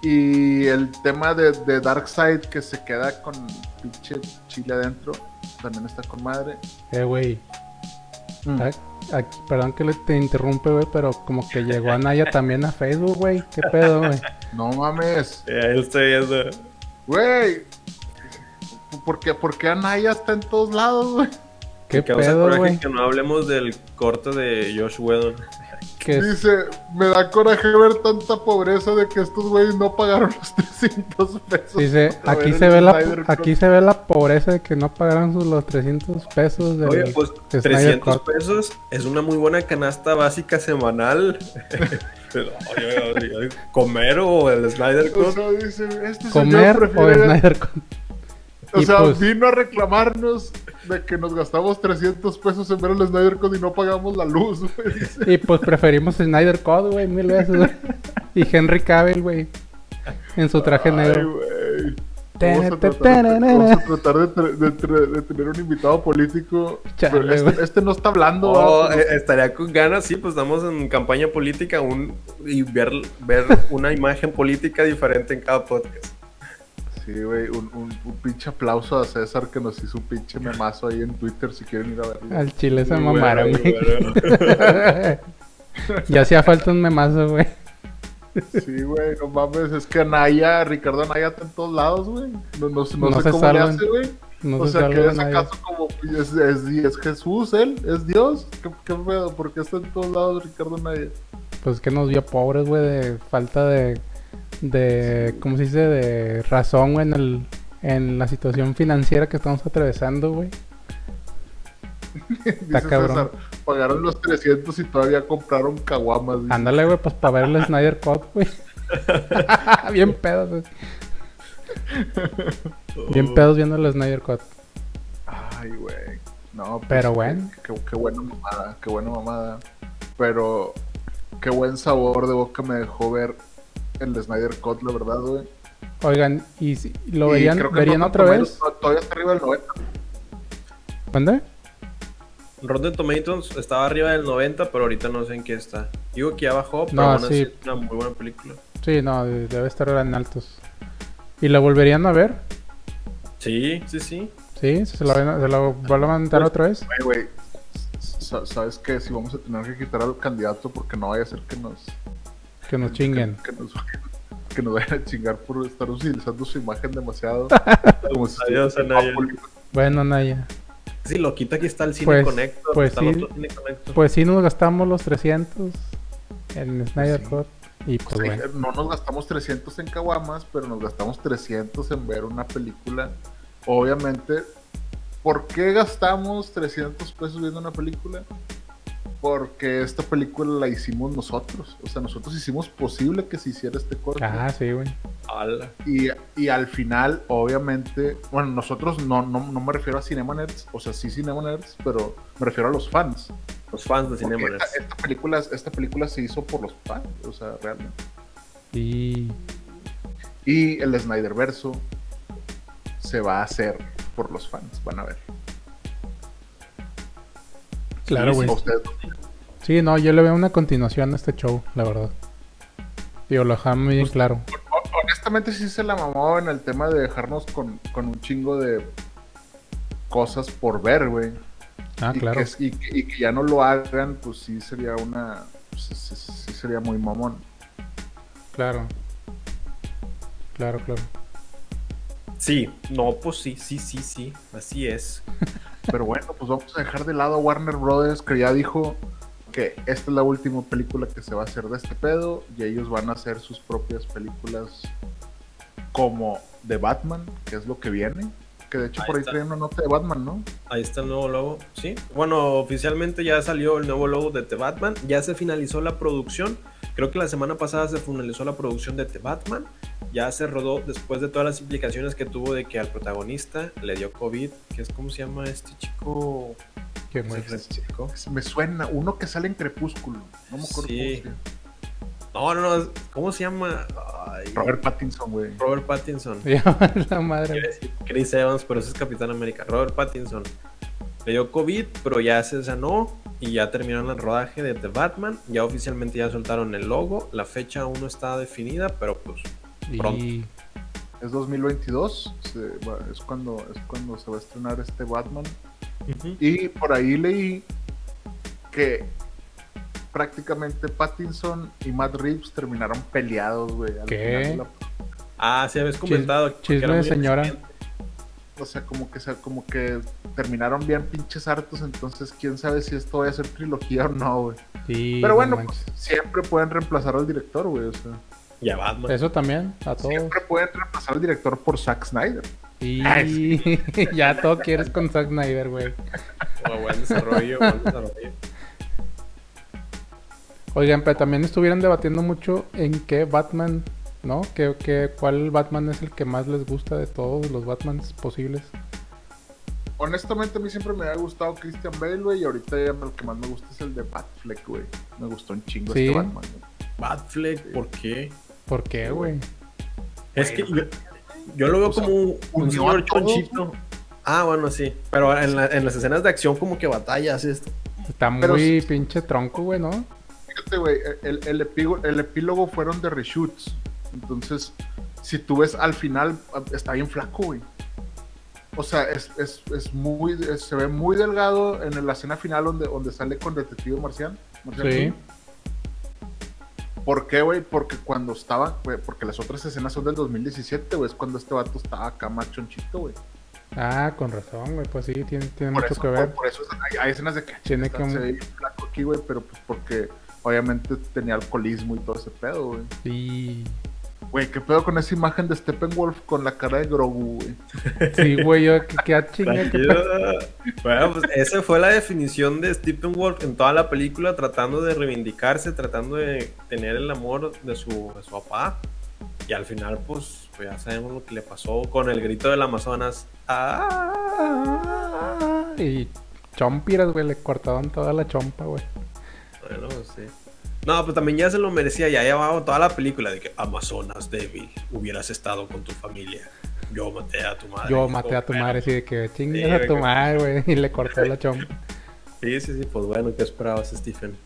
[SPEAKER 2] Y el tema de, de Darkseid que se queda con pinche chile adentro, también está con madre.
[SPEAKER 3] Eh, güey.
[SPEAKER 2] Mm.
[SPEAKER 3] Ah, aquí- Perdón que le- te interrumpe, güey, pero como que llegó a Naya también a Facebook, güey. ¿Qué
[SPEAKER 1] <laughs>
[SPEAKER 3] pedo, güey?
[SPEAKER 2] No mames,
[SPEAKER 1] Eh, Ahí estoy viendo.
[SPEAKER 2] güey. ¿Por qué, por qué Anaya está en todos lados, güey?
[SPEAKER 3] ¿Qué
[SPEAKER 1] Me causa
[SPEAKER 3] pedo,
[SPEAKER 1] coraje
[SPEAKER 3] güey?
[SPEAKER 1] que no hablemos del corte de Josh Whedon.
[SPEAKER 3] Que es-
[SPEAKER 2] Dice, me da coraje ver tanta pobreza de que estos güeyes no pagaron los <laughs> 300 pesos.
[SPEAKER 3] Dice,
[SPEAKER 2] para
[SPEAKER 3] aquí
[SPEAKER 2] ver
[SPEAKER 3] se
[SPEAKER 2] el
[SPEAKER 3] ve la
[SPEAKER 2] Snyder Cut".
[SPEAKER 3] aquí se ve la pobreza de que no pagaron sus- los 300 pesos del
[SPEAKER 1] Oye, pues
[SPEAKER 3] Snyder
[SPEAKER 1] 300
[SPEAKER 3] Cut.
[SPEAKER 1] pesos es una muy buena canasta básica semanal. Pero, oye, oye, oye, Comer o el Snyder
[SPEAKER 2] O
[SPEAKER 1] Cut.
[SPEAKER 2] sea, dice, este
[SPEAKER 3] comer
[SPEAKER 2] señor
[SPEAKER 3] o
[SPEAKER 2] prefiere
[SPEAKER 3] Snyder Cut.
[SPEAKER 2] O
[SPEAKER 3] Y
[SPEAKER 2] sea,
[SPEAKER 3] pues-
[SPEAKER 2] vino a reclamarnos de que nos gastamos 300 pesos en ver el Snyder Code y no pagamos la luz, güey.
[SPEAKER 3] <laughs>
[SPEAKER 2] dice.
[SPEAKER 3] Y pues preferimos Snyder Cut, güey, mil veces. güey. Y Henry Cavill, güey. En su traje
[SPEAKER 2] Ay,
[SPEAKER 3] negro.
[SPEAKER 2] güey. Vamos a tratar, de, vamos a
[SPEAKER 3] Tarararara.
[SPEAKER 2] tratar de, tra- de tra- de tener un invitado político.
[SPEAKER 3] Chale,
[SPEAKER 2] Pero este,
[SPEAKER 3] güey.
[SPEAKER 2] este no está hablando.
[SPEAKER 1] Oh,
[SPEAKER 2] ¿verdad?
[SPEAKER 1] eh, estaría con ganas, sí, pues estamos en campaña política un, y ver, ver una imagen política diferente en cada podcast.
[SPEAKER 2] Sí, güey. Un, un- un pinche aplauso a César que nos hizo un pinche memazo ahí en Twitter si quieren ir a verlo.
[SPEAKER 3] Al chile se
[SPEAKER 1] Muy
[SPEAKER 3] mamaron,
[SPEAKER 1] bueno,
[SPEAKER 3] güey.
[SPEAKER 1] muy bueno.
[SPEAKER 3] <laughs> Ya hacía falta un memazo, güey.
[SPEAKER 2] Sí, güey, no mames. Es que Anaya, Ricardo Anaya está en todos lados, güey. No, no- no
[SPEAKER 3] No
[SPEAKER 2] sé
[SPEAKER 3] se
[SPEAKER 2] cómo
[SPEAKER 3] salvan.
[SPEAKER 2] le hace, güey.
[SPEAKER 3] No
[SPEAKER 2] o
[SPEAKER 3] se
[SPEAKER 2] sea,
[SPEAKER 3] salva
[SPEAKER 2] que es
[SPEAKER 3] nadie.
[SPEAKER 2] acaso como es, es, es Jesús, él, es Dios. ¿Qué, qué pedo? ¿Por qué está en todos lados Ricardo Naya?
[SPEAKER 3] pues que nos vio pobres, güey, de falta de, de, ¿cómo se dice? De razón, güey, en, el, en la situación financiera que estamos atravesando, güey.
[SPEAKER 2] <laughs> Dice
[SPEAKER 3] cabrón.
[SPEAKER 2] César, pagaron los 300 y todavía compraron caguamas. dice.
[SPEAKER 3] Ándale, güey, pues para
[SPEAKER 2] <laughs>
[SPEAKER 3] ver el Snyder Cut, güey. Bien pedos, güey.
[SPEAKER 2] Oh.
[SPEAKER 3] Bien pedos viendo el Snyder Cut.
[SPEAKER 2] Ay, güey. No, pues,
[SPEAKER 3] Pero bueno.
[SPEAKER 2] Qué, qué buena mamada, qué buena mamada. Pero qué buen sabor de boca me dejó ver el de Snyder Cut, la verdad, güey.
[SPEAKER 3] Oigan, ¿y si lo
[SPEAKER 2] Y
[SPEAKER 3] verían,
[SPEAKER 2] creo que
[SPEAKER 3] verían
[SPEAKER 2] Rotten
[SPEAKER 3] otra
[SPEAKER 2] Tomatoes
[SPEAKER 3] vez?
[SPEAKER 2] to- Todavía está arriba del 90.
[SPEAKER 3] ¿Dónde?
[SPEAKER 1] Rotten Tomatoes estaba arriba del 90, pero ahorita no sé en qué está. Digo que ya bajó, pero
[SPEAKER 3] No,
[SPEAKER 1] aún así
[SPEAKER 3] sí.
[SPEAKER 1] es una muy buena película.
[SPEAKER 3] Sí, no, de- debe estar en altos. ¿Y la volverían a ver?
[SPEAKER 1] Sí, sí, sí.
[SPEAKER 3] ¿Sí? ¿Se la, ven- se la van a mandar otra vez?
[SPEAKER 2] Güey, güey. sa- ¿Sabes qué? Si vamos a tener que quitar al candidato porque no vaya a ser que nos.
[SPEAKER 3] Que nos chinguen.
[SPEAKER 2] Que nos, <laughs> que nos vayan a chingar por estar utilizando su imagen demasiado. como si
[SPEAKER 1] Adiós,
[SPEAKER 2] estuviera
[SPEAKER 1] Anaya.
[SPEAKER 2] Populi.
[SPEAKER 3] Bueno, Naya.
[SPEAKER 1] Sí, lo quita que está el cine
[SPEAKER 3] Pues-
[SPEAKER 1] conecto.
[SPEAKER 3] pues
[SPEAKER 1] está
[SPEAKER 3] sí.
[SPEAKER 1] el otro cine conecto.
[SPEAKER 3] Pues sí, nos gastamos los 300 en Snyder Cut. Y pues
[SPEAKER 2] Sí,
[SPEAKER 3] bueno.
[SPEAKER 2] no nos gastamos 300 en caguamas, pero nos gastamos 300 en ver una película. Obviamente, ¿por qué gastamos 300 pesos viendo una película? Porque esta película la hicimos nosotros. O sea, nosotros hicimos posible que se hiciera este corte.
[SPEAKER 3] Ah, sí, güey.
[SPEAKER 1] Ala.
[SPEAKER 2] Y, y al final, obviamente, bueno, nosotros no, no, no me refiero a Cinema Nerds, o sea, sí Cinema Nerds, pero me refiero a los fans.
[SPEAKER 1] Los fans de
[SPEAKER 2] Porque
[SPEAKER 1] Cinema
[SPEAKER 2] esta, esta película, esta película se hizo por los fans, o sea, realmente.
[SPEAKER 3] Y
[SPEAKER 2] Y el Snyder Verso se va a hacer por los fans, van a ver.
[SPEAKER 3] claro, güey.
[SPEAKER 2] A ustedes no.
[SPEAKER 3] Sí, no, yo le veo una continuación a este show, la verdad. Digo, lo dejaron muy
[SPEAKER 2] Pues,
[SPEAKER 3] bien claro.
[SPEAKER 2] Hon- Honestamente sí se la mamó en el tema de dejarnos con, con un chingo de cosas por ver, güey.
[SPEAKER 3] Ah,
[SPEAKER 2] y,
[SPEAKER 3] claro.
[SPEAKER 2] que, y que- y que ya no lo hagan, pues sí sería una... pues, sí, sí- sí sería muy mamón.
[SPEAKER 3] Claro. Claro, claro.
[SPEAKER 1] Sí, no, pues sí, sí, sí, sí. Así es.
[SPEAKER 2] Pero bueno, pues vamos a dejar de lado a Warner Brothers, que ya dijo que esta es la última película que se va a hacer de este pedo y ellos van a hacer sus propias películas como de Batman, que es lo que viene. Que de hecho
[SPEAKER 1] Ahí
[SPEAKER 2] por ahí
[SPEAKER 1] está.
[SPEAKER 2] traen una nota de Batman, ¿no?
[SPEAKER 1] Ahí está el nuevo logo. Sí. Bueno, oficialmente ya salió el nuevo logo de The Batman. Ya se finalizó la producción. Creo que la semana pasada se finalizó la producción de The Batman. Ya se rodó después de todas las implicaciones que tuvo de que al protagonista le dio COVID, que es como se llama este chico.
[SPEAKER 3] Qué
[SPEAKER 1] ¿Es
[SPEAKER 3] muy-
[SPEAKER 1] el
[SPEAKER 2] Pues,
[SPEAKER 1] chico?
[SPEAKER 2] Me suena, uno que sale en Crepúsculo. No me acuerdo
[SPEAKER 1] Sí.
[SPEAKER 2] cómo se llama.
[SPEAKER 1] No, no, no. es- ¿Cómo se llama? Ay,
[SPEAKER 2] Robert Pattinson, güey.
[SPEAKER 1] Robert Pattinson.
[SPEAKER 3] <laughs> Ya, la madre.
[SPEAKER 1] Quiere decir Chris Evans, pero ese es Capitán América. Robert Pattinson le dio COVID, pero ya se sanó y ya terminaron el rodaje de The Batman. Ya oficialmente ya soltaron el logo. La fecha aún no está definida, pero pues Pronto.
[SPEAKER 3] Y
[SPEAKER 2] Es 2022, se va- es, cuando, es cuando se va a estrenar este Batman. Y por ahí leí que prácticamente Pattinson y Matt Reeves terminaron peleados, güey. al
[SPEAKER 3] ¿Qué?
[SPEAKER 2] final de la-
[SPEAKER 1] Ah, sí, habías comentado. que
[SPEAKER 3] chisme
[SPEAKER 1] era
[SPEAKER 3] de
[SPEAKER 1] muy
[SPEAKER 3] señora.
[SPEAKER 1] reciente.
[SPEAKER 2] o sea, como que, se- como que terminaron bien pinches hartos, entonces quién sabe si esto va a ser trilogía o no, güey.
[SPEAKER 3] y
[SPEAKER 2] Pero
[SPEAKER 3] no
[SPEAKER 2] bueno,
[SPEAKER 3] manches.
[SPEAKER 2] pues, siempre pueden reemplazar al director, güey. O sea,
[SPEAKER 1] Y a Batman.
[SPEAKER 3] eso también, a todos.
[SPEAKER 2] pues, siempre Ah, pueden reemplazar al director por Zack Snyder.
[SPEAKER 3] Y <laughs> ya todo quieres con Zack Snyder, güey.
[SPEAKER 1] Oh, buen desarrollo, buen desarrollo.
[SPEAKER 3] Oigan, pero también estuvieron debatiendo mucho en qué Batman, ¿no? ¿Qué, qué, ¿Cuál Batman es el que más les gusta de todos los Batmans posibles?
[SPEAKER 2] Honestamente, a mí siempre me había gustado Christian Bale, güey, y ahorita ya el que más me gusta es el de Batfleck, güey. Me gustó un chingo
[SPEAKER 3] Sí.
[SPEAKER 2] este Batman, güey.
[SPEAKER 1] Batfleck, ¿por qué?
[SPEAKER 3] ¿Por qué, güey?
[SPEAKER 1] Es que yo, yo lo veo
[SPEAKER 2] pues, O sea,
[SPEAKER 1] como un- un
[SPEAKER 2] unió
[SPEAKER 1] señor
[SPEAKER 2] a todos.
[SPEAKER 1] chonchito. Ah, bueno, sí. Pero en, la- en las escenas de acción como que batallas esto.
[SPEAKER 3] Está
[SPEAKER 2] Pero
[SPEAKER 3] muy pinche tronco, güey, ¿no?
[SPEAKER 2] Fíjate, Este, güey, el, el, epigo- el epílogo fueron de reshoots. Entonces, si tú ves al final, está bien flaco, güey. O sea, es, es, es muy, es- se ve muy delgado en la escena final donde, donde sale con Detective Marcian. Marcian
[SPEAKER 3] Sí.
[SPEAKER 2] ¿Por qué, güey? Porque cuando estaba, güey, porque las otras escenas son del 2017, güey, es cuando este vato estaba acá más chonchito, güey.
[SPEAKER 3] Ah, con razón, güey. Pues sí, tiene, tiene
[SPEAKER 2] Por
[SPEAKER 3] mucho
[SPEAKER 2] eso,
[SPEAKER 3] que ver.
[SPEAKER 2] por, por eso hay, hay escenas de que
[SPEAKER 3] Tiene
[SPEAKER 2] está-
[SPEAKER 3] que-
[SPEAKER 2] se ve bien flaco aquí, güey, pero pues porque obviamente tenía alcoholismo y todo ese pedo, güey.
[SPEAKER 3] Sí.
[SPEAKER 2] Güey, qué pedo con esa imagen de Steppenwolf con la cara de Grogu, güey.
[SPEAKER 3] Sí, güey, yo que, que ah, chinga, que
[SPEAKER 1] Tranquilo. Bueno, <laughs>
[SPEAKER 2] <laughs>
[SPEAKER 1] pues esa fue la definición de Stephen Wolf en toda la película, tratando de reivindicarse, tratando de tener el amor de su, de su papá. Y al final, pues, pues ya sabemos lo que le pasó con el grito del Amazonas. ¡Ah!
[SPEAKER 3] Y chompiras, güey, le cortaban toda la chompa, güey.
[SPEAKER 1] Bueno, pues, sí. No, pues también ya se lo merecía, ya llevaba toda la película de que Amazonas débil, hubieras estado con tu familia. Yo maté a tu
[SPEAKER 5] Ah,
[SPEAKER 1] madre.
[SPEAKER 3] Yo maté a tu madre, así de que chingas
[SPEAKER 1] Sí,
[SPEAKER 3] a
[SPEAKER 1] güey,
[SPEAKER 3] tu
[SPEAKER 1] que-
[SPEAKER 3] madre, güey. Y le cortó la chompa.
[SPEAKER 1] Sí, sí, sí, pues bueno, ¿qué esperabas, Stephen?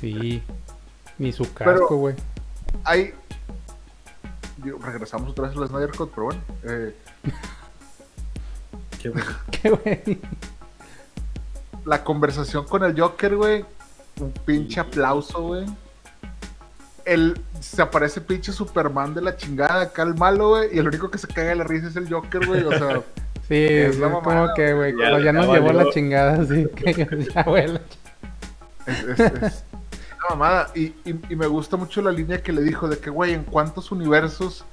[SPEAKER 3] Sí. Ni su
[SPEAKER 2] Pero-
[SPEAKER 3] casco, güey. <laughs>
[SPEAKER 2] Ahí. digo, regresamos otra vez al Snyder Cut, pero bueno. eh,
[SPEAKER 1] ¿Qué-
[SPEAKER 3] Qué güey.
[SPEAKER 2] la conversación con el Joker, güey. Un pinche aplauso, güey. El, se aparece pinche Superman de la chingada acá el malo, güey. Y el único que se caga de la risa es el Joker, güey. O sea,
[SPEAKER 3] Sí, es
[SPEAKER 2] la
[SPEAKER 3] como
[SPEAKER 2] mamada,
[SPEAKER 3] que, güey,
[SPEAKER 1] Ya-
[SPEAKER 3] cuando ya,
[SPEAKER 1] ya
[SPEAKER 3] nos llevó
[SPEAKER 1] valió.
[SPEAKER 3] la chingada, así <laughs> que ya, güey. la ch-
[SPEAKER 2] es, es- es una mamada. Y, y- y me gusta mucho la línea que le dijo de que, güey, ¿en cuántos universos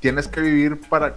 [SPEAKER 2] tienes que vivir para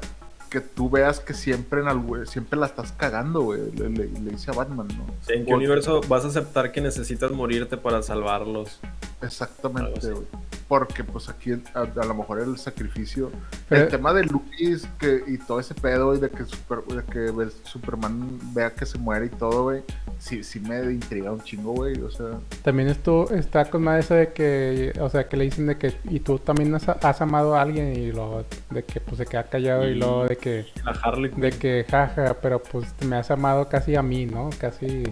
[SPEAKER 2] que tú veas que siempre en algo, siempre la estás cagando, güey? Le, le- le dice a Batman, ¿no?
[SPEAKER 1] ¿En qué
[SPEAKER 2] O-
[SPEAKER 1] universo vas a aceptar que necesitas morirte para salvarlos? Algo así.
[SPEAKER 2] Exactamente, güey. Porque pues aquí a, a lo mejor el sacrificio,
[SPEAKER 3] Pero-
[SPEAKER 2] el tema de Luis que, y todo ese pedo y de que, super- de que ve- Superman vea que se muere y todo, güey, sí, sí me intriga un chingo, güey. O sea,
[SPEAKER 3] También esto está con más eso de que, o sea, que le dicen de que, y tú también has, has amado a alguien, y luego de que, pues, se queda callado, y luego de que,
[SPEAKER 1] La Harley
[SPEAKER 3] de que, jaja, pero pues me has amado casi a mí, ¿no? Casi,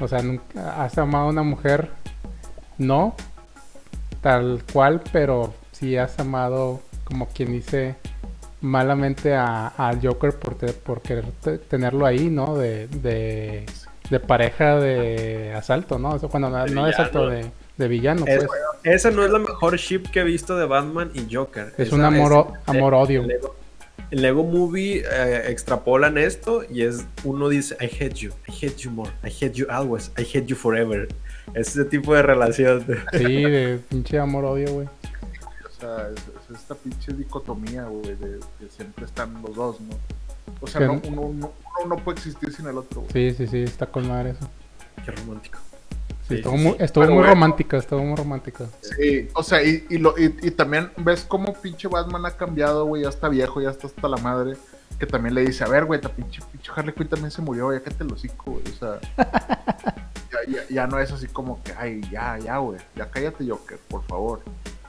[SPEAKER 3] o sea, nunca, has amado a una mujer, no, tal cual, pero sí has amado, como quien dice, malamente a, al Joker por, te- por querer te- tenerlo ahí, ¿no? De, de, de pareja de asalto, ¿no? Eso cuando no,
[SPEAKER 1] De
[SPEAKER 3] no de asalto,
[SPEAKER 1] villano.
[SPEAKER 3] de, de villano,
[SPEAKER 1] Es-
[SPEAKER 3] pues.
[SPEAKER 1] Esa no es la mejor ship que he visto de Batman y Joker.
[SPEAKER 3] Es
[SPEAKER 1] Esa
[SPEAKER 3] un amor,
[SPEAKER 1] es-
[SPEAKER 3] amor-odio.
[SPEAKER 1] el Lego, el Lego Movie eh, extrapolan esto y es uno dice I hate you, I hate you more, I hate you always, I hate you forever. Ese tipo de relación.
[SPEAKER 3] Sí, de pinche amor-odio, güey.
[SPEAKER 2] o sea, es, es esta pinche dicotomía, güey, de que siempre están los dos, ¿no? O sea,
[SPEAKER 3] Que-
[SPEAKER 2] no, uno, no- uno no puede existir sin el otro, güey.
[SPEAKER 3] Sí, sí, sí, está con madre eso.
[SPEAKER 1] Qué romántico. Sí,
[SPEAKER 3] Sí, estuvo
[SPEAKER 1] sí,
[SPEAKER 3] muy,
[SPEAKER 1] sí.
[SPEAKER 3] estuvo
[SPEAKER 2] Pero
[SPEAKER 3] muy
[SPEAKER 2] bueno.
[SPEAKER 3] romántico, estuvo muy romántico.
[SPEAKER 2] Sí, o sea, y, y, lo, y, y también ves cómo pinche Batman ha cambiado, güey, ya está viejo, ya está hasta la madre, que también le dice, a ver, güey, ta pinche, pinche Harley Quinn también se murió, ya que te lo hocico, güey, o <laughs> sea, ya, ya- ya no es así como que, ay, ya, ya, güey, ya cállate, Joker, por favor.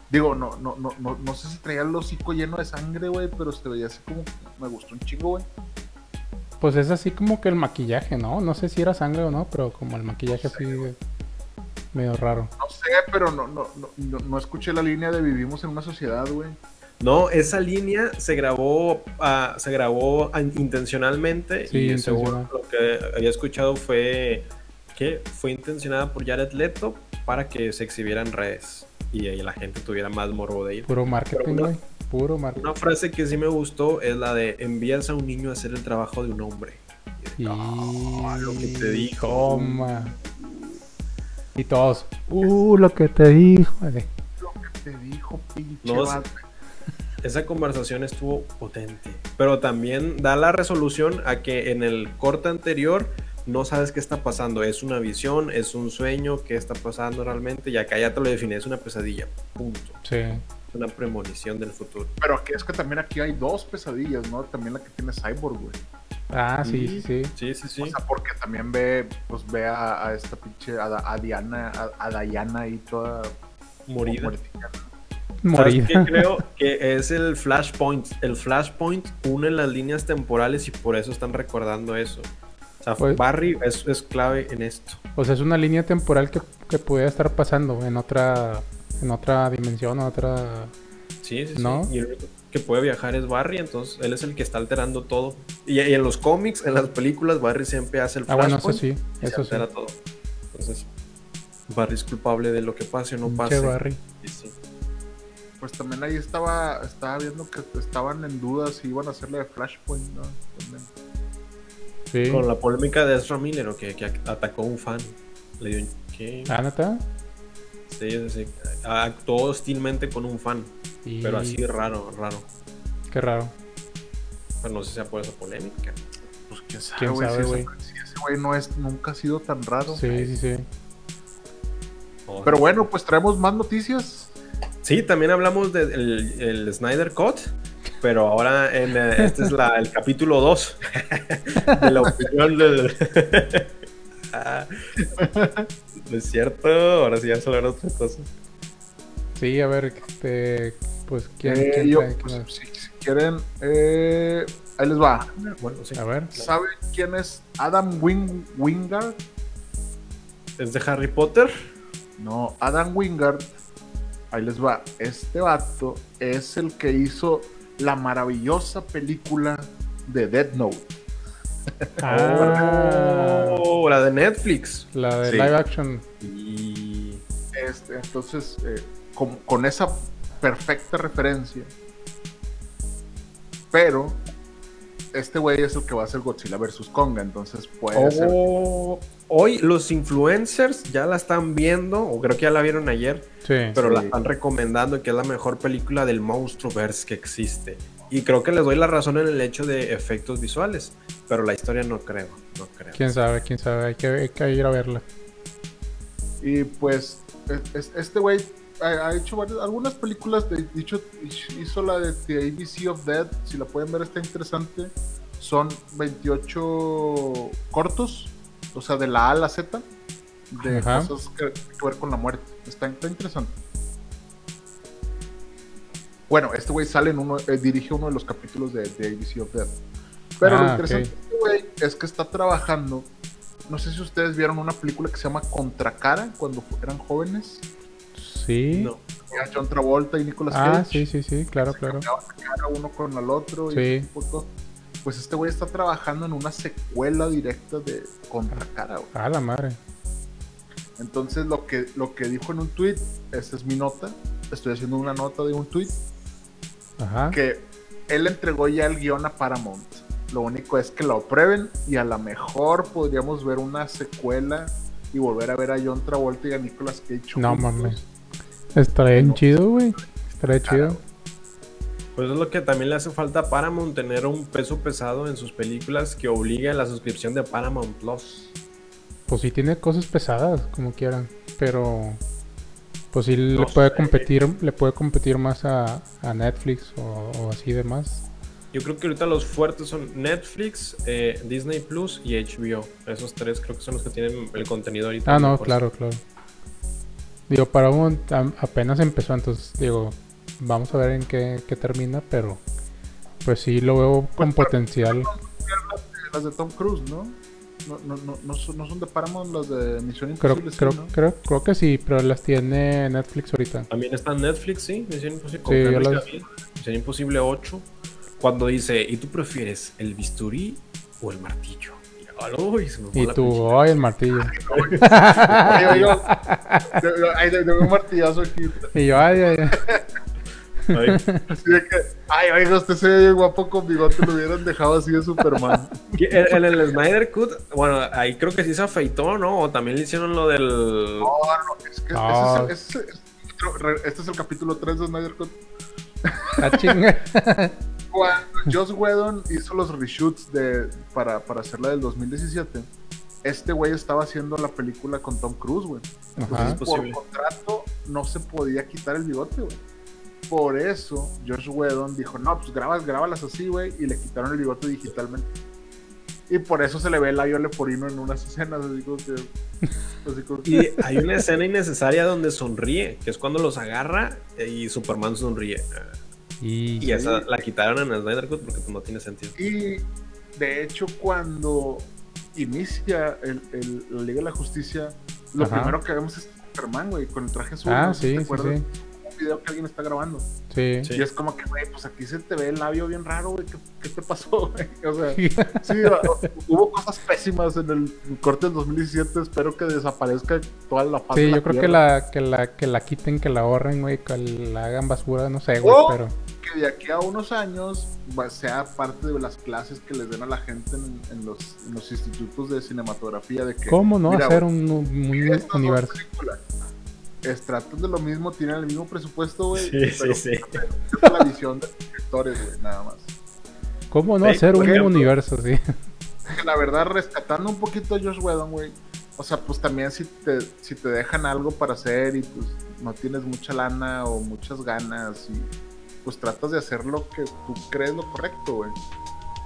[SPEAKER 2] Digo, no, no, no, no, no sé si traía el hocico lleno de sangre, güey, pero se veía así como, que me gustó un chingo, güey.
[SPEAKER 3] Pues es así como que el maquillaje, ¿no? No sé si era sangre o no, pero como el maquillaje así de- medio raro.
[SPEAKER 2] No sé, pero no, no, no, no, no escuché la línea de vivimos en una sociedad, güey.
[SPEAKER 1] No, esa línea se grabó, ah, se grabó an- intencionalmente
[SPEAKER 3] Sí,
[SPEAKER 1] y
[SPEAKER 3] intencional.
[SPEAKER 1] según lo que había escuchado fue que fue intencionada por Jared Leto para que se exhibiera en redes y ahí la gente tuviera más morbo de ir.
[SPEAKER 3] Puro marketing,
[SPEAKER 1] Pero una-
[SPEAKER 3] güey. Puro marketing.
[SPEAKER 1] Una frase que sí me gustó es la de envías a un niño a hacer el trabajo de un hombre.
[SPEAKER 3] Y...
[SPEAKER 1] Ah, lo que te dijo.
[SPEAKER 3] Toma. Y todos. Uh, lo que te dijo. güey.
[SPEAKER 2] Te dijo, pinche
[SPEAKER 1] No sé.
[SPEAKER 2] Batman.
[SPEAKER 1] Esa conversación estuvo potente, pero también da la resolución a que en el corte anterior no sabes qué está pasando, es una visión, es un sueño, qué está pasando realmente, y acá ya te lo definí, es una pesadilla, punto,
[SPEAKER 3] Sí.
[SPEAKER 1] una premonición del futuro.
[SPEAKER 2] Pero aquí es que también aquí hay dos pesadillas, ¿no? También la que tiene Cyborg, güey.
[SPEAKER 3] Ah, sí, sí, sí.
[SPEAKER 1] Sí, sí, sí.
[SPEAKER 2] O sea, porque también ve, pues ve a, a esta pinche, a, a Diana, a, a Diana ahí toda
[SPEAKER 1] Morida.
[SPEAKER 2] muertita.
[SPEAKER 1] ¿Sabes
[SPEAKER 3] Morir.
[SPEAKER 1] qué? creo que es el flashpoint. El flashpoint une las líneas temporales y por eso están recordando eso. O sea,
[SPEAKER 3] Pues-
[SPEAKER 1] Barry es, es clave en esto.
[SPEAKER 3] O sea, es una línea temporal que, que pudiera estar pasando en otra, en otra dimensión, en otra
[SPEAKER 1] Sí, sí, sí.
[SPEAKER 3] ¿No?
[SPEAKER 1] Y el único que puede viajar es Barry, entonces él es el que está alterando todo. Y, y en los cómics, en las películas, Barry siempre hace el
[SPEAKER 3] Ah,
[SPEAKER 1] flashpoint.
[SPEAKER 3] bueno, eso
[SPEAKER 1] y
[SPEAKER 3] sí,
[SPEAKER 1] se
[SPEAKER 3] eso sí.
[SPEAKER 1] altera todo. Entonces, Barry es culpable de lo que pase o no
[SPEAKER 3] Pinche
[SPEAKER 1] pase.
[SPEAKER 3] Barry.
[SPEAKER 1] Sí, sí.
[SPEAKER 2] Pues también ahí estaba, estaba viendo que estaban en duda si iban a hacerle de Flashpoint, ¿no? También.
[SPEAKER 3] Sí.
[SPEAKER 1] Con la polémica de Ezra Miller, o que, que atacó a un fan. Leon James.
[SPEAKER 3] Ah, neta.
[SPEAKER 1] Sí, sí, sí. Actuó hostilmente con un fan.
[SPEAKER 3] Y-
[SPEAKER 1] Pero así raro, raro.
[SPEAKER 3] Qué raro.
[SPEAKER 1] Pero no sé si sea por esa polémica.
[SPEAKER 2] Pues quién sabe,
[SPEAKER 3] ¿Quién
[SPEAKER 2] güey.
[SPEAKER 3] sabe,
[SPEAKER 2] si,
[SPEAKER 3] güey?
[SPEAKER 2] ese- si ese güey no es, nunca ha sido tan raro.
[SPEAKER 3] Sí, sí, sí.
[SPEAKER 1] O-
[SPEAKER 2] Pero bueno, pues traemos más noticias.
[SPEAKER 1] Sí, también hablamos del el Snyder Cut. Pero ahora en, eh, este es la- el capítulo 2 <laughs> de la opinión del. <laughs> Ah, no es cierto, ahora sí ya hablar otra cosa.
[SPEAKER 3] Sí, a ver, este. Pues quién.
[SPEAKER 2] Eh,
[SPEAKER 3] quién
[SPEAKER 2] yo,
[SPEAKER 3] sabe qué
[SPEAKER 2] pues,
[SPEAKER 3] más?
[SPEAKER 2] si, si quieren, eh, ahí les va.
[SPEAKER 1] Bueno, sí.
[SPEAKER 3] A ver.
[SPEAKER 2] ¿Saben quién es Adam Wing Wingard?
[SPEAKER 1] ¿Es de Harry Potter?
[SPEAKER 2] No, Adam Wingard. Ahí les va. Este vato es el que hizo la maravillosa película de Dead Note.
[SPEAKER 3] Ah,
[SPEAKER 1] Oh, la de Netflix.
[SPEAKER 3] la de
[SPEAKER 2] Sí.
[SPEAKER 3] live action.
[SPEAKER 1] Y.
[SPEAKER 2] Este, entonces, eh, con, con esa perfecta referencia. Pero, este güey es el que va a hacer Godzilla vs. Konga. Entonces, puede ser.
[SPEAKER 1] Oh, hoy los influencers ya la están viendo, o creo que ya la vieron ayer,
[SPEAKER 3] Sí.
[SPEAKER 1] pero la
[SPEAKER 2] Sí.
[SPEAKER 1] están recomendando que es la mejor película del Monstruoverse que existe. Y creo que les doy la razón en el hecho de efectos visuales, pero la historia no creo, no creo.
[SPEAKER 3] Quién sabe, quién sabe. Hay que, hay que ir a verla.
[SPEAKER 2] Y pues, es- es- este güey ha, ha hecho varias- algunas películas. De, dicho, hizo la de The ABC of Dead. Si la pueden ver, está interesante. Son 28 cortos, o sea, de la A a la Z, de
[SPEAKER 3] Ajá.
[SPEAKER 2] cosas que, que ver con la muerte. Está, está interesante. Bueno, este güey sale en uno, eh, dirige uno de los capítulos de, The ABC of Dead. Pero
[SPEAKER 3] Ah,
[SPEAKER 2] lo
[SPEAKER 3] ok.
[SPEAKER 2] interesante de este güey es que está trabajando no sé si ustedes vieron una película que se llama Contracara cuando fu- eran jóvenes.
[SPEAKER 3] Sí.
[SPEAKER 1] No.
[SPEAKER 2] Era John Travolta y Nicolas
[SPEAKER 3] ah,
[SPEAKER 2] Cage.
[SPEAKER 3] sí, sí, sí. Claro, claro.
[SPEAKER 2] Cambiaban la cara uno con el otro. y
[SPEAKER 3] Sí.
[SPEAKER 2] ese tipo de cosas. Pues este güey está trabajando en una secuela directa de Contracara. güey.
[SPEAKER 3] Ah, la madre.
[SPEAKER 2] Entonces lo que, lo que dijo en un tweet, esta es mi nota, estoy haciendo una nota de un tweet,
[SPEAKER 3] Ajá.
[SPEAKER 2] que él entregó ya el guión a Paramount. Lo único es que lo aprueben y a lo mejor podríamos ver una secuela y volver a ver a John Travolta y a Nicolas Cage.
[SPEAKER 3] No
[SPEAKER 2] juntos.
[SPEAKER 3] mames. Estaría bien
[SPEAKER 2] No.
[SPEAKER 3] chido, güey. Estaría
[SPEAKER 2] Claro.
[SPEAKER 3] chido.
[SPEAKER 1] Pues es lo que también le hace falta a Paramount, tener un peso pesado en sus películas que obligue a la suscripción de Paramount Plus.
[SPEAKER 3] Pues sí tiene cosas pesadas, como quieran. Pero pues sí le
[SPEAKER 1] No
[SPEAKER 3] puede
[SPEAKER 1] sé.
[SPEAKER 3] competir, le puede competir más a, a Netflix o, o así demás.
[SPEAKER 1] Yo creo que ahorita los fuertes son Netflix, eh, Disney Plus y HBO. Esos tres creo que son los que tienen el contenido ahorita.
[SPEAKER 3] Ah, no,
[SPEAKER 1] mejor.
[SPEAKER 3] claro, claro. Digo, Paramount a- apenas empezó, entonces digo, vamos a ver en qué, qué termina, pero pues sí lo veo con
[SPEAKER 2] Pues,
[SPEAKER 3] potencial.
[SPEAKER 2] Las de Tom Cruise, ¿no? No, no, no, no son, no son de Paramount las de Misión
[SPEAKER 3] Creo,
[SPEAKER 2] Imposible. sí,
[SPEAKER 3] creo, <laughs>
[SPEAKER 2] ¿no?
[SPEAKER 3] creo, creo que sí, pero las tiene Netflix ahorita.
[SPEAKER 1] También está en Netflix, sí, Misión Imposible.
[SPEAKER 3] Sí,
[SPEAKER 1] Henry
[SPEAKER 3] yo las-
[SPEAKER 1] Cavill, Misión Imposible 8. Cuando dice, ¿y tú prefieres el bisturí o el martillo? Y, ¡ay! Se me fue
[SPEAKER 3] Y
[SPEAKER 1] la
[SPEAKER 3] tú,
[SPEAKER 1] pinche-
[SPEAKER 3] ay, el martillo.
[SPEAKER 2] Oye,
[SPEAKER 3] Ah.
[SPEAKER 2] oye, oye, de- de- ay, de- de un martillazo aquí.
[SPEAKER 3] Y yo, ay,
[SPEAKER 2] <laughs>
[SPEAKER 3] ay, ay. <laughs>
[SPEAKER 1] Ay,
[SPEAKER 2] Así de que, ay, oiga, usted se ve bien guapo con bigote, lo hubieran dejado así de Superman.
[SPEAKER 1] que En en el, Snyder Cut, bueno, ahí creo que sí se afeitó, ¿no? O también le hicieron lo del.
[SPEAKER 2] <laughs> No, no, es que
[SPEAKER 3] Ah.
[SPEAKER 2] ese es el- ese es el- re- este es el capítulo 3 de Snyder Cut.
[SPEAKER 3] Ah, chinga.
[SPEAKER 2] Cuando Joss Whedon hizo los reshoots de, para, para hacer la del 2017, este güey estaba haciendo la película con Tom Cruise, güey.
[SPEAKER 3] Ajá.
[SPEAKER 1] Es posible.
[SPEAKER 2] Por contrato no se podía quitar el bigote, güey. Por eso George Whedon dijo, no, pues grabas, grábalas así, güey, y le quitaron el bigote digitalmente. Y por eso se le ve el labio leporino en unas escenas, así como que... así como que-
[SPEAKER 1] Y hay una escena innecesaria donde sonríe, que es cuando los agarra y Superman sonríe.
[SPEAKER 3] Y,
[SPEAKER 1] Y esa la quitaron en el Snyder Cut porque pues, no tiene sentido.
[SPEAKER 2] Y de hecho, cuando inicia el, el- la Liga de la Justicia, lo
[SPEAKER 3] Ajá.
[SPEAKER 2] primero que vemos es Superman, güey, con el traje azul.
[SPEAKER 3] ah,
[SPEAKER 2] no sé si
[SPEAKER 3] sí,
[SPEAKER 2] te
[SPEAKER 3] sí,
[SPEAKER 2] acuerdas,
[SPEAKER 3] sí,
[SPEAKER 2] un video que alguien está grabando.
[SPEAKER 3] sí.
[SPEAKER 1] Sí.
[SPEAKER 2] Y es como que, güey, pues aquí se te ve el labio bien raro, güey. ¿Qué, qué te pasó, <laughs> güey? O
[SPEAKER 3] <laughs>
[SPEAKER 2] sea, sí, o- hubo cosas pésimas en el corte del 2017. Espero que desaparezca toda la faz de
[SPEAKER 3] Sí,
[SPEAKER 2] la
[SPEAKER 3] yo creo que
[SPEAKER 2] Tierra.
[SPEAKER 3] la, que la que la quiten, que la ahorren, güey, que la hagan basura, no sé, güey,
[SPEAKER 2] ¡Oh!
[SPEAKER 3] pero
[SPEAKER 2] Que que de aquí a unos años va- sea parte de las clases que les den a la gente en, en los, en los institutos de cinematografía. De que,
[SPEAKER 3] ¿Cómo no
[SPEAKER 2] mira,
[SPEAKER 3] hacer
[SPEAKER 2] güey,
[SPEAKER 3] un, un
[SPEAKER 2] estas dos
[SPEAKER 3] universo?
[SPEAKER 2] películas, es- tratan de lo mismo, tienen el mismo presupuesto, güey.
[SPEAKER 1] Sí,
[SPEAKER 2] pero
[SPEAKER 1] sí, sí.
[SPEAKER 2] <laughs> es La visión de los directores, güey, nada más.
[SPEAKER 3] ¿Cómo no
[SPEAKER 1] Sí,
[SPEAKER 3] hacer
[SPEAKER 1] por
[SPEAKER 3] un
[SPEAKER 1] ejemplo.
[SPEAKER 3] universo? Sí. <laughs>
[SPEAKER 2] que la verdad, rescatando un poquito a Josh Whedon, güey. O sea, pues también si te, si te dejan algo para hacer y pues no tienes mucha lana o muchas ganas y pues tratas de hacer lo que tú crees lo correcto, güey.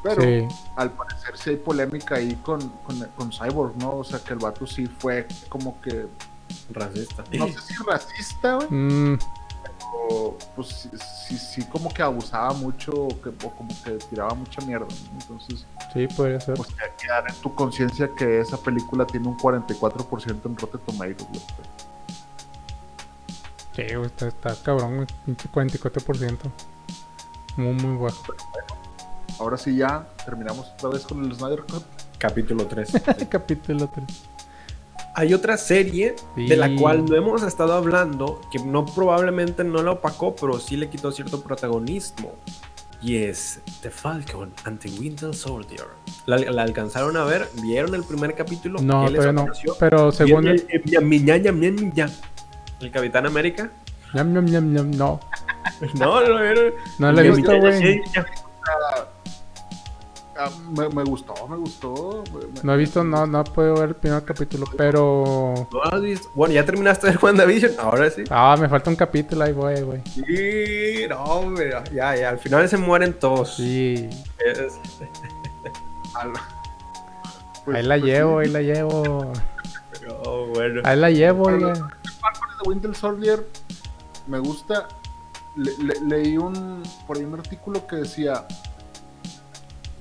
[SPEAKER 2] Pero
[SPEAKER 3] Sí.
[SPEAKER 2] al parecer sí hay polémica ahí con, con, con Cyborg, ¿no? O sea, que el vato sí fue como que,
[SPEAKER 1] Racista.
[SPEAKER 2] no sé si racista, güey,
[SPEAKER 3] Mm,
[SPEAKER 2] o pues sí, sí, sí como que abusaba mucho o, que, o como que tiraba mucha mierda. ¿no? Entonces
[SPEAKER 3] sí, podría ser.
[SPEAKER 2] pues te quedar en tu conciencia que esa película tiene un 44% en Rotten Tomatoes, güey.
[SPEAKER 3] Sí, güey, está, está cabrón, güey, pinche 44%. Muy, muy bajo.
[SPEAKER 2] Ahora sí ya terminamos otra vez con el Snyder Cut.
[SPEAKER 1] Capítulo 3.
[SPEAKER 3] Capítulo 3.
[SPEAKER 1] Hay otra serie
[SPEAKER 3] Sí.
[SPEAKER 1] de la cual no hemos estado hablando, que no probablemente no la opacó, pero sí le quitó cierto protagonismo. Y es The Falcon and the Winter Soldier. La, la alcanzaron a ver, vieron el primer capítulo.
[SPEAKER 3] No,
[SPEAKER 1] ¿Qué les
[SPEAKER 3] todavía no.
[SPEAKER 1] pareció?
[SPEAKER 3] Pero según.
[SPEAKER 1] Bien, bien, bien, bien, ya, ya, bien, bien, ya. El Capitán América.
[SPEAKER 3] Ñam, ñam, ñam, ñam, no.
[SPEAKER 1] No, no lo vieron.
[SPEAKER 3] No la he
[SPEAKER 1] Bien,
[SPEAKER 3] visto,
[SPEAKER 1] bien,
[SPEAKER 3] güey.
[SPEAKER 1] bien, ya.
[SPEAKER 2] Ah, me, me gustó, me gustó. me- me-
[SPEAKER 3] No he visto, no, no puedo ver el primer capítulo, pero.
[SPEAKER 1] ¿No lo has visto? Bueno, ya terminaste <laughs> de ver WandaVision. Ahora sí.
[SPEAKER 3] Ah, me falta un capítulo, ahí voy, güey.
[SPEAKER 1] Sí, no, hombre. Ya, ya. Al final se mueren todos.
[SPEAKER 3] Sí.
[SPEAKER 1] Es-
[SPEAKER 2] Al- Pues-
[SPEAKER 3] Ahí la
[SPEAKER 2] pues
[SPEAKER 3] llevo,
[SPEAKER 2] sí,
[SPEAKER 3] ahí la llevo.
[SPEAKER 1] oh, bueno.
[SPEAKER 3] Ahí la llevo, güey.
[SPEAKER 2] Falcon de Winter Soldier me gusta. Le- le- leí un por ahí un artículo que decía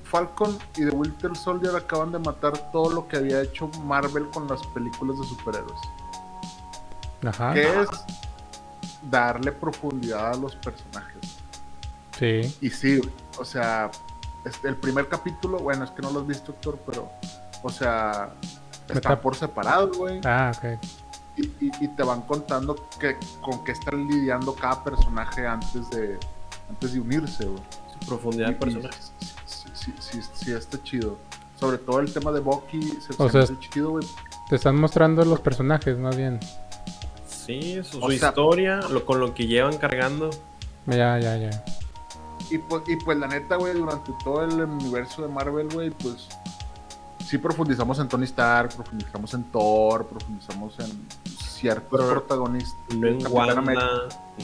[SPEAKER 2] Falcon y The Winter Soldier acaban de matar todo lo que había hecho Marvel con las películas de superhéroes.
[SPEAKER 3] Ajá.
[SPEAKER 2] que es darle profundidad a los personajes.
[SPEAKER 3] Sí.
[SPEAKER 2] Y sí, güey, o sea, este, el primer capítulo, bueno, es que no lo has visto, Héctor, pero, o sea,
[SPEAKER 3] Meta-
[SPEAKER 2] están por separado, güey.
[SPEAKER 3] Ah, ok.
[SPEAKER 2] Y, y- y te van contando que, con qué están lidiando cada personaje antes de, antes de unirse, güey.
[SPEAKER 1] Su profundidad de
[SPEAKER 2] Y- y
[SPEAKER 1] personaje.
[SPEAKER 2] Sí, sí, sí, sí está chido. Sobre todo el tema de Bucky, se,
[SPEAKER 3] O
[SPEAKER 2] se
[SPEAKER 3] sea,
[SPEAKER 2] me hace chido, güey.
[SPEAKER 3] Te están mostrando los personajes, más bien.
[SPEAKER 1] Sí, su,
[SPEAKER 2] O
[SPEAKER 1] su
[SPEAKER 2] sea-
[SPEAKER 1] historia, lo, con lo que llevan cargando.
[SPEAKER 3] Ya, ya, ya.
[SPEAKER 2] Y pues, y pues la neta, güey, durante todo el universo de Marvel, güey, pues sí profundizamos en Tony Stark, profundizamos en Thor, profundizamos en ciertos
[SPEAKER 1] Pero-
[SPEAKER 2] protagonistas.
[SPEAKER 1] No en
[SPEAKER 2] Capitán
[SPEAKER 1] Wanda,
[SPEAKER 2] América,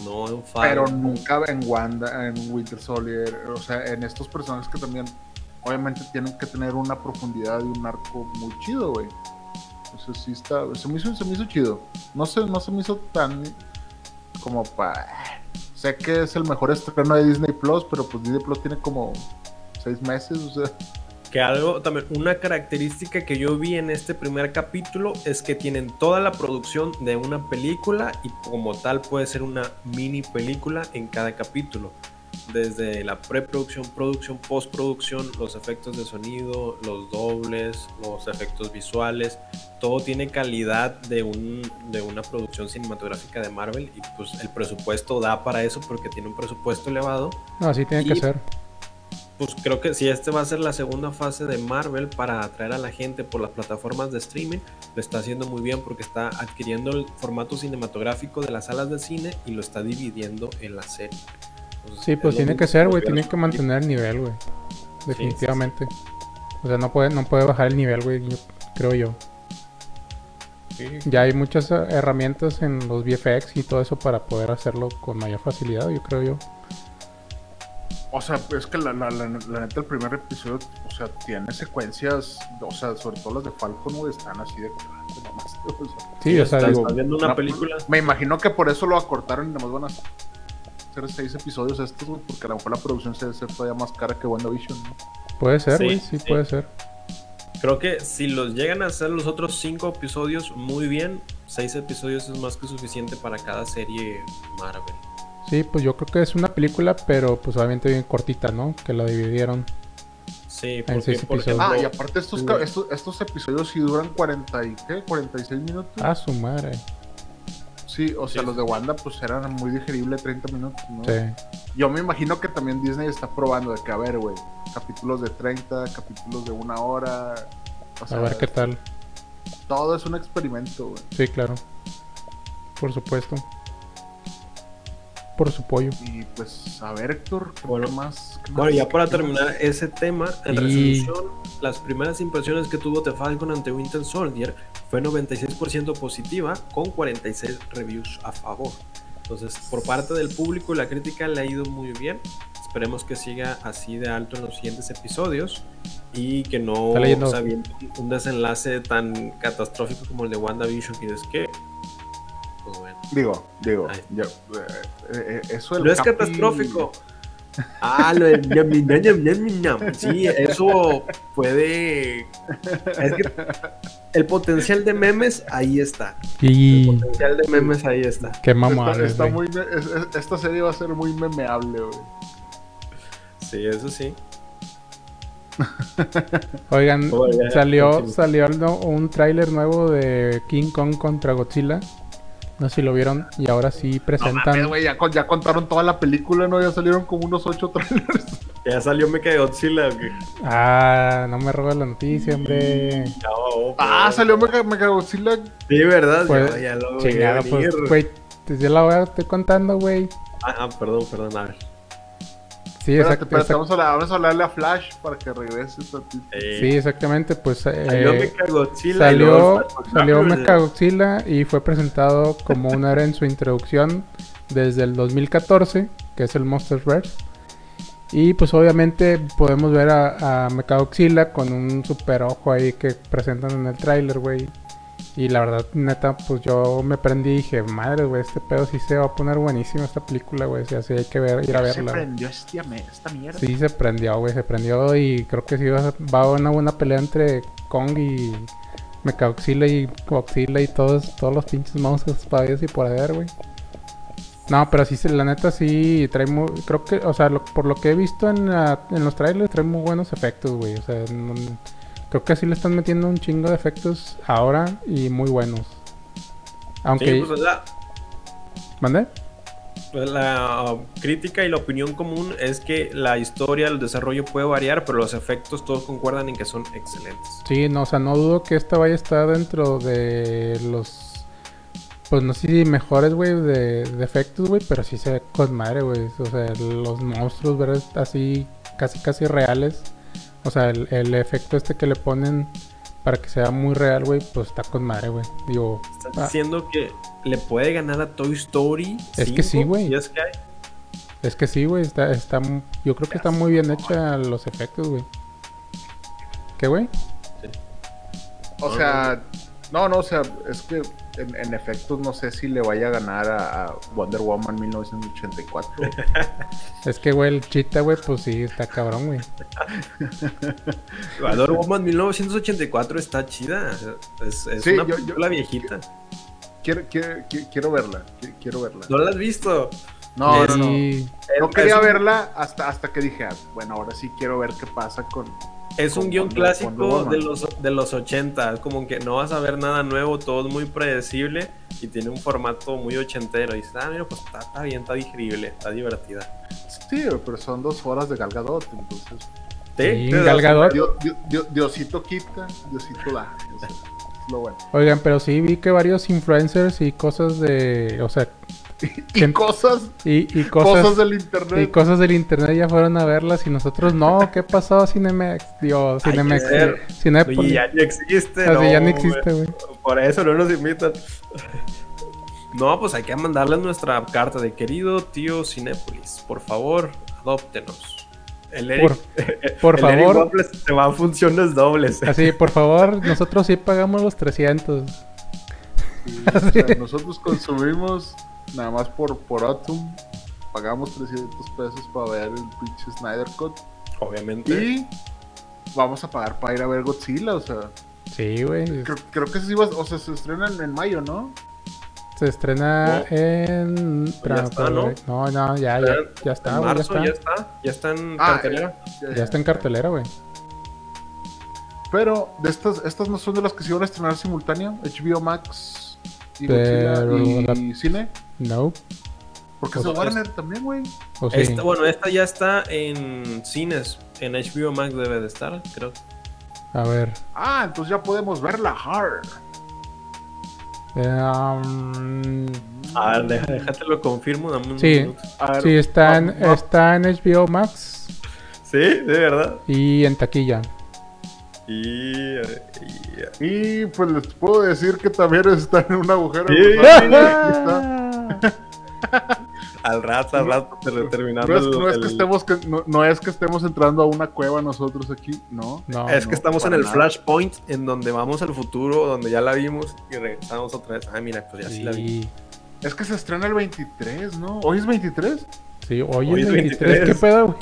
[SPEAKER 1] no en Falcon.
[SPEAKER 2] pero nunca en Wanda, en Winter Soldier, o sea, en estos personajes que también obviamente tienen que tener una profundidad y un arco muy chido, güey. Entonces sí está, se me hizo, se me hizo chido. No se, no se me hizo tan como para... Sé que es el mejor estreno de Disney Plus, pero pues Disney Plus tiene como seis meses, o sea...
[SPEAKER 1] Que algo también, una característica que yo vi en este primer capítulo es que tienen toda la producción de una película y como tal puede ser una mini película en cada capítulo. Desde la preproducción, producción, postproducción, los efectos de sonido, los dobles, los efectos visuales, todo tiene calidad de, un, de una producción cinematográfica de Marvel y pues el presupuesto da para eso porque tiene un presupuesto elevado
[SPEAKER 3] No, así tiene que
[SPEAKER 1] Y-
[SPEAKER 3] ser.
[SPEAKER 1] pues creo que si este va a ser la segunda fase de Marvel para atraer a la gente por las plataformas de streaming, lo está haciendo muy bien porque está adquiriendo el formato cinematográfico de las salas de cine y lo está dividiendo en la serie. Entonces,
[SPEAKER 3] Sí,
[SPEAKER 1] es
[SPEAKER 3] pues
[SPEAKER 1] lo
[SPEAKER 3] tiene
[SPEAKER 1] mismo
[SPEAKER 3] que ser, güey.
[SPEAKER 1] volver a
[SPEAKER 3] Tiene
[SPEAKER 1] su
[SPEAKER 3] que
[SPEAKER 1] equipo.
[SPEAKER 3] mantener el nivel, güey. Definitivamente. O sea, no puede, no puede bajar el nivel, güey, yo- creo yo. Ya hay muchas eh, herramientas en los VFX y todo eso para poder hacerlo con mayor facilidad, yo creo yo.
[SPEAKER 2] O sea, es que la, la, la, la neta, el primer episodio, o sea, tiene secuencias, o sea, sobre todo las de Falcon, güey, están así de... nomás, o sea,
[SPEAKER 3] Sí, o sea,
[SPEAKER 1] Estás
[SPEAKER 3] digo,
[SPEAKER 1] viendo una
[SPEAKER 2] una-
[SPEAKER 1] película.
[SPEAKER 2] Me imagino que por eso lo acortaron y nomás van a hacer seis episodios estos, güey, porque a lo mejor la producción se debe ser todavía más cara que WandaVision, ¿no?
[SPEAKER 3] puede ser,
[SPEAKER 1] Sí,
[SPEAKER 3] güey, sí,
[SPEAKER 1] sí.
[SPEAKER 3] puede ser.
[SPEAKER 1] Creo que si los llegan a hacer los otros cinco episodios muy bien, seis episodios es más que suficiente para cada serie Marvel.
[SPEAKER 3] Sí, pues yo creo que es una película, pero pues obviamente bien cortita, ¿no? Que la dividieron.
[SPEAKER 1] Sí,
[SPEAKER 3] En
[SPEAKER 1] porque
[SPEAKER 3] seis
[SPEAKER 1] por
[SPEAKER 3] episodios.
[SPEAKER 1] ejemplo,
[SPEAKER 2] Ah, y aparte estos, ca-
[SPEAKER 1] Sí.
[SPEAKER 2] estos, estos episodios sí duran 40 y, ¿qué? 46 minutos.
[SPEAKER 3] Ah, su madre.
[SPEAKER 2] Sí, o sea,
[SPEAKER 1] Sí.
[SPEAKER 2] los de Wanda pues eran muy digerible 30 minutos, ¿no?
[SPEAKER 3] Sí.
[SPEAKER 2] Yo me imagino que también Disney está probando de que, a ver, güey, capítulos de 30, capítulos de una hora. O sea,
[SPEAKER 3] A ver qué tal.
[SPEAKER 2] todo es un experimento, güey.
[SPEAKER 3] Sí, claro. Por supuesto. Por su pollo.
[SPEAKER 2] Y pues, a ver, Héctor, ¿qué
[SPEAKER 1] Bueno.
[SPEAKER 2] más? qué
[SPEAKER 1] Bueno,
[SPEAKER 2] más?
[SPEAKER 1] ya para terminar ese tema, en
[SPEAKER 3] Sí.
[SPEAKER 1] resolución, las primeras impresiones que tuvo The Falcon ante Winter Soldier fue 96% positiva, con 46 reviews a favor. Entonces, por parte del público, la crítica le ha ido muy bien. Esperemos que siga así de alto en los siguientes episodios y que no
[SPEAKER 3] Está leyendo.
[SPEAKER 1] se aviente un desenlace tan catastrófico como el de WandaVision. Y es que, pues bueno,
[SPEAKER 2] Digo, digo,
[SPEAKER 1] Ay.
[SPEAKER 2] yo, eh, eh, eso del
[SPEAKER 1] no es
[SPEAKER 2] Capi-
[SPEAKER 1] catastrófico. Ah, lo del ñam, ñam, ñam, ñam, ñam, ñam. Sí, eso puede. Es que el potencial de memes ahí está. El
[SPEAKER 3] Y
[SPEAKER 1] potencial de memes ahí está.
[SPEAKER 3] qué
[SPEAKER 2] Está,
[SPEAKER 3] mamada.
[SPEAKER 2] está muy,
[SPEAKER 3] güey.
[SPEAKER 2] me- es- es- esta serie va a ser muy memeable, güey.
[SPEAKER 1] Sí, eso sí.
[SPEAKER 3] Oigan,
[SPEAKER 1] Oye, Oh, ya,
[SPEAKER 3] salió,
[SPEAKER 1] continúa.
[SPEAKER 3] salió el no- un tráiler nuevo de King Kong contra Godzilla. No sé si lo vieron y ahora sí
[SPEAKER 2] No
[SPEAKER 3] presentan.
[SPEAKER 2] mames, Ah, güey, ya, con- ya contaron toda la película, ¿no? Ya salieron como unos ocho trailers.
[SPEAKER 1] Ya salió Mecha Godzilla. güey.
[SPEAKER 3] ah, no me robas la noticia, hombre.
[SPEAKER 1] No,
[SPEAKER 2] <laughs> Ah,
[SPEAKER 1] pues.
[SPEAKER 2] salió Mega, Mega Godzilla.
[SPEAKER 1] Sí, ¿verdad?
[SPEAKER 3] Pues,
[SPEAKER 1] ya, ya lo veía
[SPEAKER 3] Chingada,
[SPEAKER 1] venir.
[SPEAKER 3] pues, güey. Desde la hora estoy contando, güey.
[SPEAKER 1] Ah, ah, perdón, perdón. A ver.
[SPEAKER 3] Sí,
[SPEAKER 2] Espérate,
[SPEAKER 3] exacto.
[SPEAKER 2] espérate,
[SPEAKER 3] exacto.
[SPEAKER 2] vamos, a la- vamos a hablarle a Flash para que regrese tantito.
[SPEAKER 1] Eh,
[SPEAKER 3] Sí, exactamente. Pues
[SPEAKER 1] Salió
[SPEAKER 3] eh,
[SPEAKER 1] Mecha Godzilla.
[SPEAKER 3] salió, salió Mechagodzilla y fue presentado como una era en su introducción desde el 2014, que es el Monsterverse. Y pues obviamente podemos ver a, a Mechagodzilla con un super ojo ahí que presentan en el tráiler, güey. Y la verdad, neta, pues yo me prendí y dije, madre, güey, este pedo sí se va a poner buenísimo esta película, güey. Si así hay que ver, ir a verla. güey.
[SPEAKER 2] este esta, mierda.
[SPEAKER 3] Sí, se prendió, güey, se prendió y creo que sí va a, va a haber una buena pelea entre Kong y Mechagodzilla y Godzilla y todos, todos los pinches monstruos para Dios y por haber, güey. No, pero sí, se- la neta sí trae muy, creo que, o sea, lo- por lo que he visto en, la- en los trailers trae muy buenos efectos, güey, o sea, no- creo que sí le están metiendo un chingo de efectos ahora y muy buenos. Aunque,
[SPEAKER 1] Sí, pues, la-
[SPEAKER 3] ¿mande?
[SPEAKER 1] La uh, crítica y la opinión común es que la historia, el desarrollo puede variar, pero los efectos todos concuerdan en que son excelentes.
[SPEAKER 3] Sí, no, o sea, no dudo que esta vaya a estar dentro de los. Pues no sé si mejores, güey, de, de efectos, güey, pero sí se ve con madre, güey. O sea, los monstruos, ver así, casi, casi reales. O sea, el, el efecto este que le ponen para que sea muy real, güey, pues está con madre, güey. Digo,
[SPEAKER 1] Estás
[SPEAKER 3] Ah.
[SPEAKER 1] diciendo que le puede ganar a Toy Story.
[SPEAKER 3] Es
[SPEAKER 1] 5?
[SPEAKER 3] que sí, güey.
[SPEAKER 1] Y es que hay-
[SPEAKER 3] es que sí, güey, está, está. mu- Yo creo que está muy bien hecha los efectos, güey. ¿Qué, güey?
[SPEAKER 2] O sea, no, no, o sea, es que en, en efectos no sé si le vaya a ganar a, a Wonder Woman 1984. <laughs>
[SPEAKER 3] Es que, güey, el chita, güey, pues sí, está cabrón, güey.
[SPEAKER 1] Wonder Woman 1984 está chida. Es, es
[SPEAKER 2] Sí,
[SPEAKER 1] una
[SPEAKER 2] yo- yo-
[SPEAKER 1] película viejita.
[SPEAKER 2] quiero, quiero, qui- quiero verla, qui- quiero verla.
[SPEAKER 1] ¿No la has visto?
[SPEAKER 2] No, no, no.
[SPEAKER 3] Sí.
[SPEAKER 2] No
[SPEAKER 1] Es-
[SPEAKER 2] quería
[SPEAKER 1] es un-
[SPEAKER 2] verla hasta, hasta que dije, ah, bueno, ahora sí quiero ver qué pasa con...
[SPEAKER 1] Es un
[SPEAKER 2] con
[SPEAKER 1] guión
[SPEAKER 2] Wonder- Wonder
[SPEAKER 1] clásico
[SPEAKER 2] Woman.
[SPEAKER 1] de los, de los 80. Es como que no vas a ver nada nuevo, todo es muy predecible y tiene un formato muy ochentero. Y dices, ah, mira, pues está, está bien, está digerible, está divertida.
[SPEAKER 2] Sí, pero son dos horas de Galgadot, entonces...
[SPEAKER 3] Sí,
[SPEAKER 1] te das-
[SPEAKER 3] Gal Gadot.
[SPEAKER 2] Dio- dio- dio- Diosito quita, Diosito da. o sea, es lo bueno.
[SPEAKER 3] Oigan, pero sí vi que varios influencers y cosas de, o sea,
[SPEAKER 2] Y
[SPEAKER 3] Siempre-
[SPEAKER 2] cosas,
[SPEAKER 3] y, y
[SPEAKER 2] cosas,
[SPEAKER 3] cosas,
[SPEAKER 2] del
[SPEAKER 3] y
[SPEAKER 2] internet.
[SPEAKER 3] cosas del internet ya fueron a verlas y nosotros no, ¿qué pasó Cinemex? Dios,
[SPEAKER 1] Hay que
[SPEAKER 3] Cinemex,
[SPEAKER 1] ver.
[SPEAKER 3] Cinepolis.
[SPEAKER 1] Oye, ya ni existe.
[SPEAKER 3] Así pues. ya ni
[SPEAKER 1] güey.
[SPEAKER 3] existe, güey.
[SPEAKER 1] Por eso no nos invitan. No, pues hay que mandarles nuestra carta de querido tío Cinépolis. Por favor, adóptenos. El <laughs> Eric,
[SPEAKER 3] Por
[SPEAKER 1] el Eric
[SPEAKER 3] favor,
[SPEAKER 1] Waffles se va a funciones dobles.
[SPEAKER 3] así, por favor, nosotros sí pagamos los 300.
[SPEAKER 2] Sí, o sea, nosotros consumimos nada más por, por Atom. Pagamos 300 pesos para ver el pinche Snyder Cut.
[SPEAKER 1] Obviamente.
[SPEAKER 2] Y vamos a pagar para ir a ver Godzilla. O sea,
[SPEAKER 3] Sí, güey.
[SPEAKER 2] creo, creo que sí va, o sea, se estrenan en mayo, ¿no?
[SPEAKER 3] Se estrena en... espera,
[SPEAKER 1] está,
[SPEAKER 3] espera,
[SPEAKER 1] ¿no?
[SPEAKER 3] güey. no, no, ya, ya, ya está,
[SPEAKER 1] en
[SPEAKER 3] güey, ya
[SPEAKER 1] marzo
[SPEAKER 3] está.
[SPEAKER 1] ya está. Ya está en
[SPEAKER 2] Ah,
[SPEAKER 1] cartelera.
[SPEAKER 3] Ya está en cartelera, güey.
[SPEAKER 2] Pero de estas, estas no son de las que se iban a estrenar simultáneo. HBO Max Y Godzilla
[SPEAKER 3] Pero
[SPEAKER 2] y
[SPEAKER 3] la-
[SPEAKER 2] cine.
[SPEAKER 3] No.
[SPEAKER 2] Porque es de
[SPEAKER 3] Otras.
[SPEAKER 2] Warner también, güey.
[SPEAKER 3] O
[SPEAKER 1] Este,
[SPEAKER 3] sí.
[SPEAKER 5] Esta, bueno, esta ya está en cines. En HBO Max debe de estar, creo.
[SPEAKER 3] A ver.
[SPEAKER 2] Ah, entonces ya podemos verla. Har.
[SPEAKER 3] Eh, um,
[SPEAKER 5] Ah, deja- déjate lo confirmo, dame un
[SPEAKER 3] Sí.
[SPEAKER 5] minuto.
[SPEAKER 2] A ver,
[SPEAKER 3] sí, está en,
[SPEAKER 2] va- va-
[SPEAKER 3] está en HBO Max
[SPEAKER 5] Sí, de verdad.
[SPEAKER 3] y en taquilla.
[SPEAKER 5] Y. a ver, y-
[SPEAKER 2] Y pues les puedo decir que también está en un agujero.
[SPEAKER 5] Sí.
[SPEAKER 2] gusano, güey,
[SPEAKER 5] <laughs>
[SPEAKER 2] aquí está.
[SPEAKER 5] al rato, al rato, te lo terminando.
[SPEAKER 2] No es, no
[SPEAKER 5] el-
[SPEAKER 2] es que
[SPEAKER 5] el-
[SPEAKER 2] estemos que- no, no es que estemos entrando a una cueva nosotros aquí, no.
[SPEAKER 3] No,
[SPEAKER 5] Es
[SPEAKER 3] no.
[SPEAKER 5] que estamos en
[SPEAKER 2] para
[SPEAKER 5] el
[SPEAKER 2] nada.
[SPEAKER 5] flashpoint en donde vamos al futuro, donde ya la vimos y regresamos otra vez. Ah, mira, pues ya sí, la vi.
[SPEAKER 3] Sí,
[SPEAKER 2] Es que se estrena el 23, ¿no? ¿Hoy es 23?
[SPEAKER 3] sí, hoy,
[SPEAKER 5] Hoy
[SPEAKER 3] es
[SPEAKER 5] es
[SPEAKER 3] 23. ¿Qué
[SPEAKER 5] 23.
[SPEAKER 3] pedo, güey?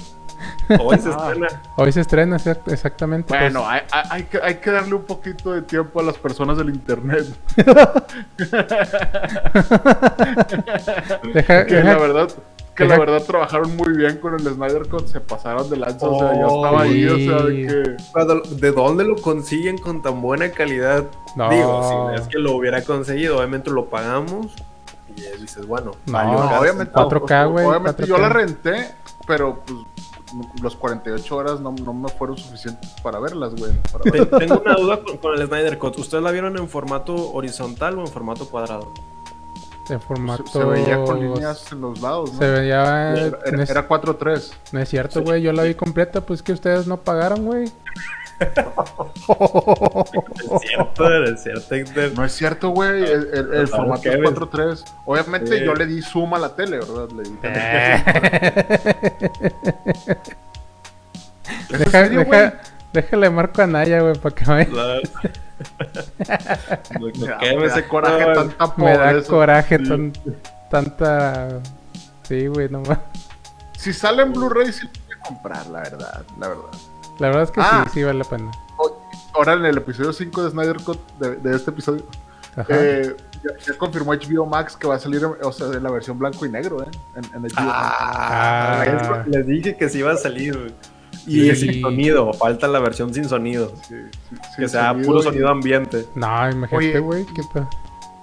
[SPEAKER 5] Hoy se
[SPEAKER 2] Ah.
[SPEAKER 5] estrena.
[SPEAKER 3] Hoy se estrena exact- exactamente. pues.
[SPEAKER 2] Bueno, hay, hay- hay que, hay que darle un poquito de tiempo a las personas del internet.
[SPEAKER 3] deja,
[SPEAKER 2] Que
[SPEAKER 3] deja-
[SPEAKER 2] la verdad, que la
[SPEAKER 3] Deja-
[SPEAKER 2] verdad trabajaron muy bien con el Snyder Cut, se pasaron de lanza, o sea, yo
[SPEAKER 5] Oh,
[SPEAKER 2] estaba ahí, o sea,
[SPEAKER 3] sí.
[SPEAKER 2] de que.
[SPEAKER 5] Cuando- ¿De dónde lo consiguen con tan buena calidad?
[SPEAKER 3] No.
[SPEAKER 5] Digo, si es que lo hubiera conseguido, obviamente lo pagamos. Y eh, dices, bueno,
[SPEAKER 3] No,
[SPEAKER 5] valió la-
[SPEAKER 2] obviamente,
[SPEAKER 3] 4K,
[SPEAKER 2] o- o-
[SPEAKER 3] güey,
[SPEAKER 2] obviamente
[SPEAKER 3] 4K.
[SPEAKER 2] yo la renté, pero pues los 48 horas no, no me fueron suficientes para verlas, güey. para ver-
[SPEAKER 5] <laughs> Te- Tengo una duda con, con el Snyder Cut. ¿Ustedes la vieron en formato horizontal o en formato cuadrado?
[SPEAKER 3] en formato.
[SPEAKER 2] se, se veía con líneas en los lados, ¿no?
[SPEAKER 3] se veía-
[SPEAKER 2] Era,
[SPEAKER 3] no,
[SPEAKER 2] era-
[SPEAKER 3] es,
[SPEAKER 2] era 4-3.
[SPEAKER 3] no es cierto, güey. Yo la vi completa, pues que ustedes no pagaron,
[SPEAKER 2] <laughs>
[SPEAKER 3] güey. <laughs>
[SPEAKER 5] Es cierto, es cierto. Héctor.
[SPEAKER 2] No es cierto, güey. El, el- el
[SPEAKER 5] Claro,
[SPEAKER 2] formato es
[SPEAKER 5] Kevin.
[SPEAKER 2] 4-3. Obviamente
[SPEAKER 5] Sí.
[SPEAKER 2] yo le di zoom a la tele, ¿verdad? Le di ¿Es en
[SPEAKER 3] deja,
[SPEAKER 2] serio, güey?
[SPEAKER 3] deja, déjale marco a Naya, güey, para que vaya. <laughs>
[SPEAKER 5] La- Lo- lo
[SPEAKER 2] Mira,
[SPEAKER 5] que
[SPEAKER 2] me
[SPEAKER 5] me
[SPEAKER 2] da
[SPEAKER 5] sacó-
[SPEAKER 2] coraje tanta
[SPEAKER 3] Me da
[SPEAKER 2] pobreza.
[SPEAKER 3] coraje tan- tanta. Sí, güey, no más.
[SPEAKER 2] Si sale en Blu-ray, sí lo voy a comprar, la verdad. La verdad.
[SPEAKER 3] La verdad es que
[SPEAKER 2] Ah.
[SPEAKER 3] sí, sí vale la pena.
[SPEAKER 2] Ahora en el episodio 5 de Snyder Cut de, de este episodio,
[SPEAKER 3] Ajá.
[SPEAKER 2] eh, ya, ya confirmó HBO Max que va a salir, en- o sea, de la versión blanco y negro, ¿eh? En, en HBO
[SPEAKER 3] Ah.
[SPEAKER 5] Ah, Les dije que sí iba a salir.
[SPEAKER 3] Sí.
[SPEAKER 5] Y sin sonido, falta la versión sin sonido.
[SPEAKER 2] Max. Sí, sí, sí,
[SPEAKER 5] que sea
[SPEAKER 2] sonido
[SPEAKER 5] puro
[SPEAKER 2] y-
[SPEAKER 5] sonido ambiente.
[SPEAKER 3] No, imagínate,
[SPEAKER 2] Oye.
[SPEAKER 3] güey, qué pedo.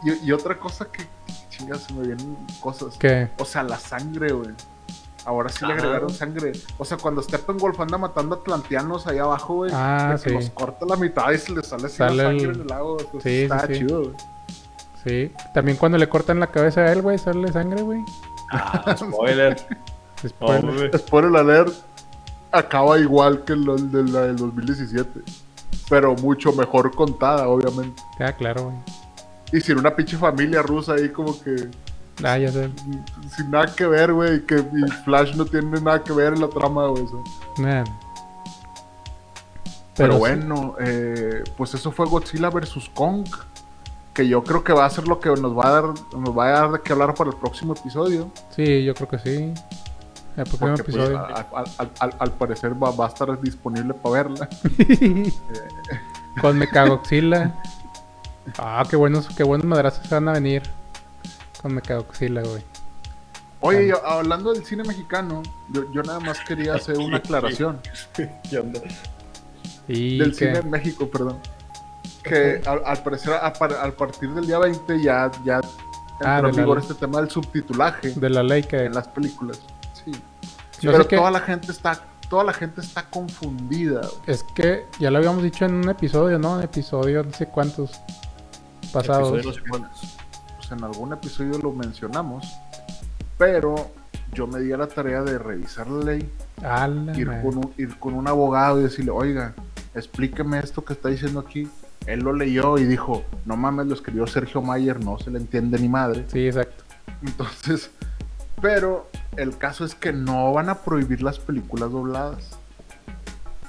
[SPEAKER 2] Y, y otra cosa que, chingas, se me vienen cosas.
[SPEAKER 3] ¿Qué?
[SPEAKER 2] O sea, la sangre, güey. Ahora sí le
[SPEAKER 5] Ajá.
[SPEAKER 2] agregaron sangre. O sea, cuando Steppenwolf anda matando atlanteanos ahí abajo, güey.
[SPEAKER 3] Ah,
[SPEAKER 2] de que
[SPEAKER 3] sí.
[SPEAKER 2] Los corta la mitad y se les sale así
[SPEAKER 3] Sale
[SPEAKER 2] la sangre
[SPEAKER 3] el-
[SPEAKER 2] en el lago. o sea,
[SPEAKER 3] Sí,
[SPEAKER 2] está
[SPEAKER 3] sí, sí.
[SPEAKER 2] chido, güey.
[SPEAKER 3] Sí. También cuando le cortan la cabeza a él, güey, sale sangre, güey.
[SPEAKER 5] Ah,
[SPEAKER 3] <laughs>
[SPEAKER 5] spoiler.
[SPEAKER 3] Después-
[SPEAKER 5] Hombre.
[SPEAKER 2] Spoiler alert. Acaba igual que lo- el de la del 2017. Pero mucho mejor contada, obviamente.
[SPEAKER 3] Ah, claro, güey.
[SPEAKER 2] Y sin una pinche familia rusa ahí como que...
[SPEAKER 3] Ah, ya sé.
[SPEAKER 2] mm, Sin nada que ver, güey. Que y Flash no tiene nada que ver en la trama, güey. o sea.
[SPEAKER 3] Man.
[SPEAKER 2] Pero,
[SPEAKER 3] sí.
[SPEAKER 2] bueno, eh, pues eso fue Godzilla vs. Kong. Que yo creo que va a ser lo que nos va a dar, nos va a dar de qué hablar para el próximo episodio.
[SPEAKER 3] Sí, yo creo que sí. El próximo
[SPEAKER 2] Porque pues,
[SPEAKER 3] episodio.
[SPEAKER 2] a- a- al, al- al parecer va, va a estar disponible para verla.
[SPEAKER 3] <laughs> Con Mecagoxila. Ah, qué buenos, qué buenos madrazos van a venir. Con Mecagoxila, güey.
[SPEAKER 2] Oye, yo- hablando del cine mexicano, yo, yo nada más
[SPEAKER 3] Ah,
[SPEAKER 2] quería hacer una aclaración.
[SPEAKER 5] ¿Qué onda?
[SPEAKER 3] Y
[SPEAKER 2] Del
[SPEAKER 3] que-
[SPEAKER 2] cine en México, perdón. Que al, al parecer, a par- al partir del día 20 ya, ya
[SPEAKER 3] Ah,
[SPEAKER 2] entró
[SPEAKER 3] de
[SPEAKER 2] en
[SPEAKER 3] la-
[SPEAKER 2] vigor este tema del subtitulaje
[SPEAKER 3] de la ley que...
[SPEAKER 2] en las películas. Sí.
[SPEAKER 3] No
[SPEAKER 2] pero
[SPEAKER 3] sé qué-
[SPEAKER 2] toda la gente está toda la gente está confundida güey.
[SPEAKER 3] Es que ya lo habíamos dicho en un episodio, ¿no? En episodio no sé cuántos pasados.
[SPEAKER 5] Episodio no sé cuántos.
[SPEAKER 2] pues en algún episodio lo mencionamos pero yo me di a la tarea de revisar la ley
[SPEAKER 3] Ah, la
[SPEAKER 2] ir
[SPEAKER 3] madre.
[SPEAKER 2] con un, ir con un abogado y decirle oiga explíqueme esto que está diciendo aquí él lo leyó y dijo no mames lo escribió Sergio Mayer no se le entiende ni madre
[SPEAKER 3] Sí, exacto.
[SPEAKER 2] entonces pero el caso es que no van a prohibir las películas dobladas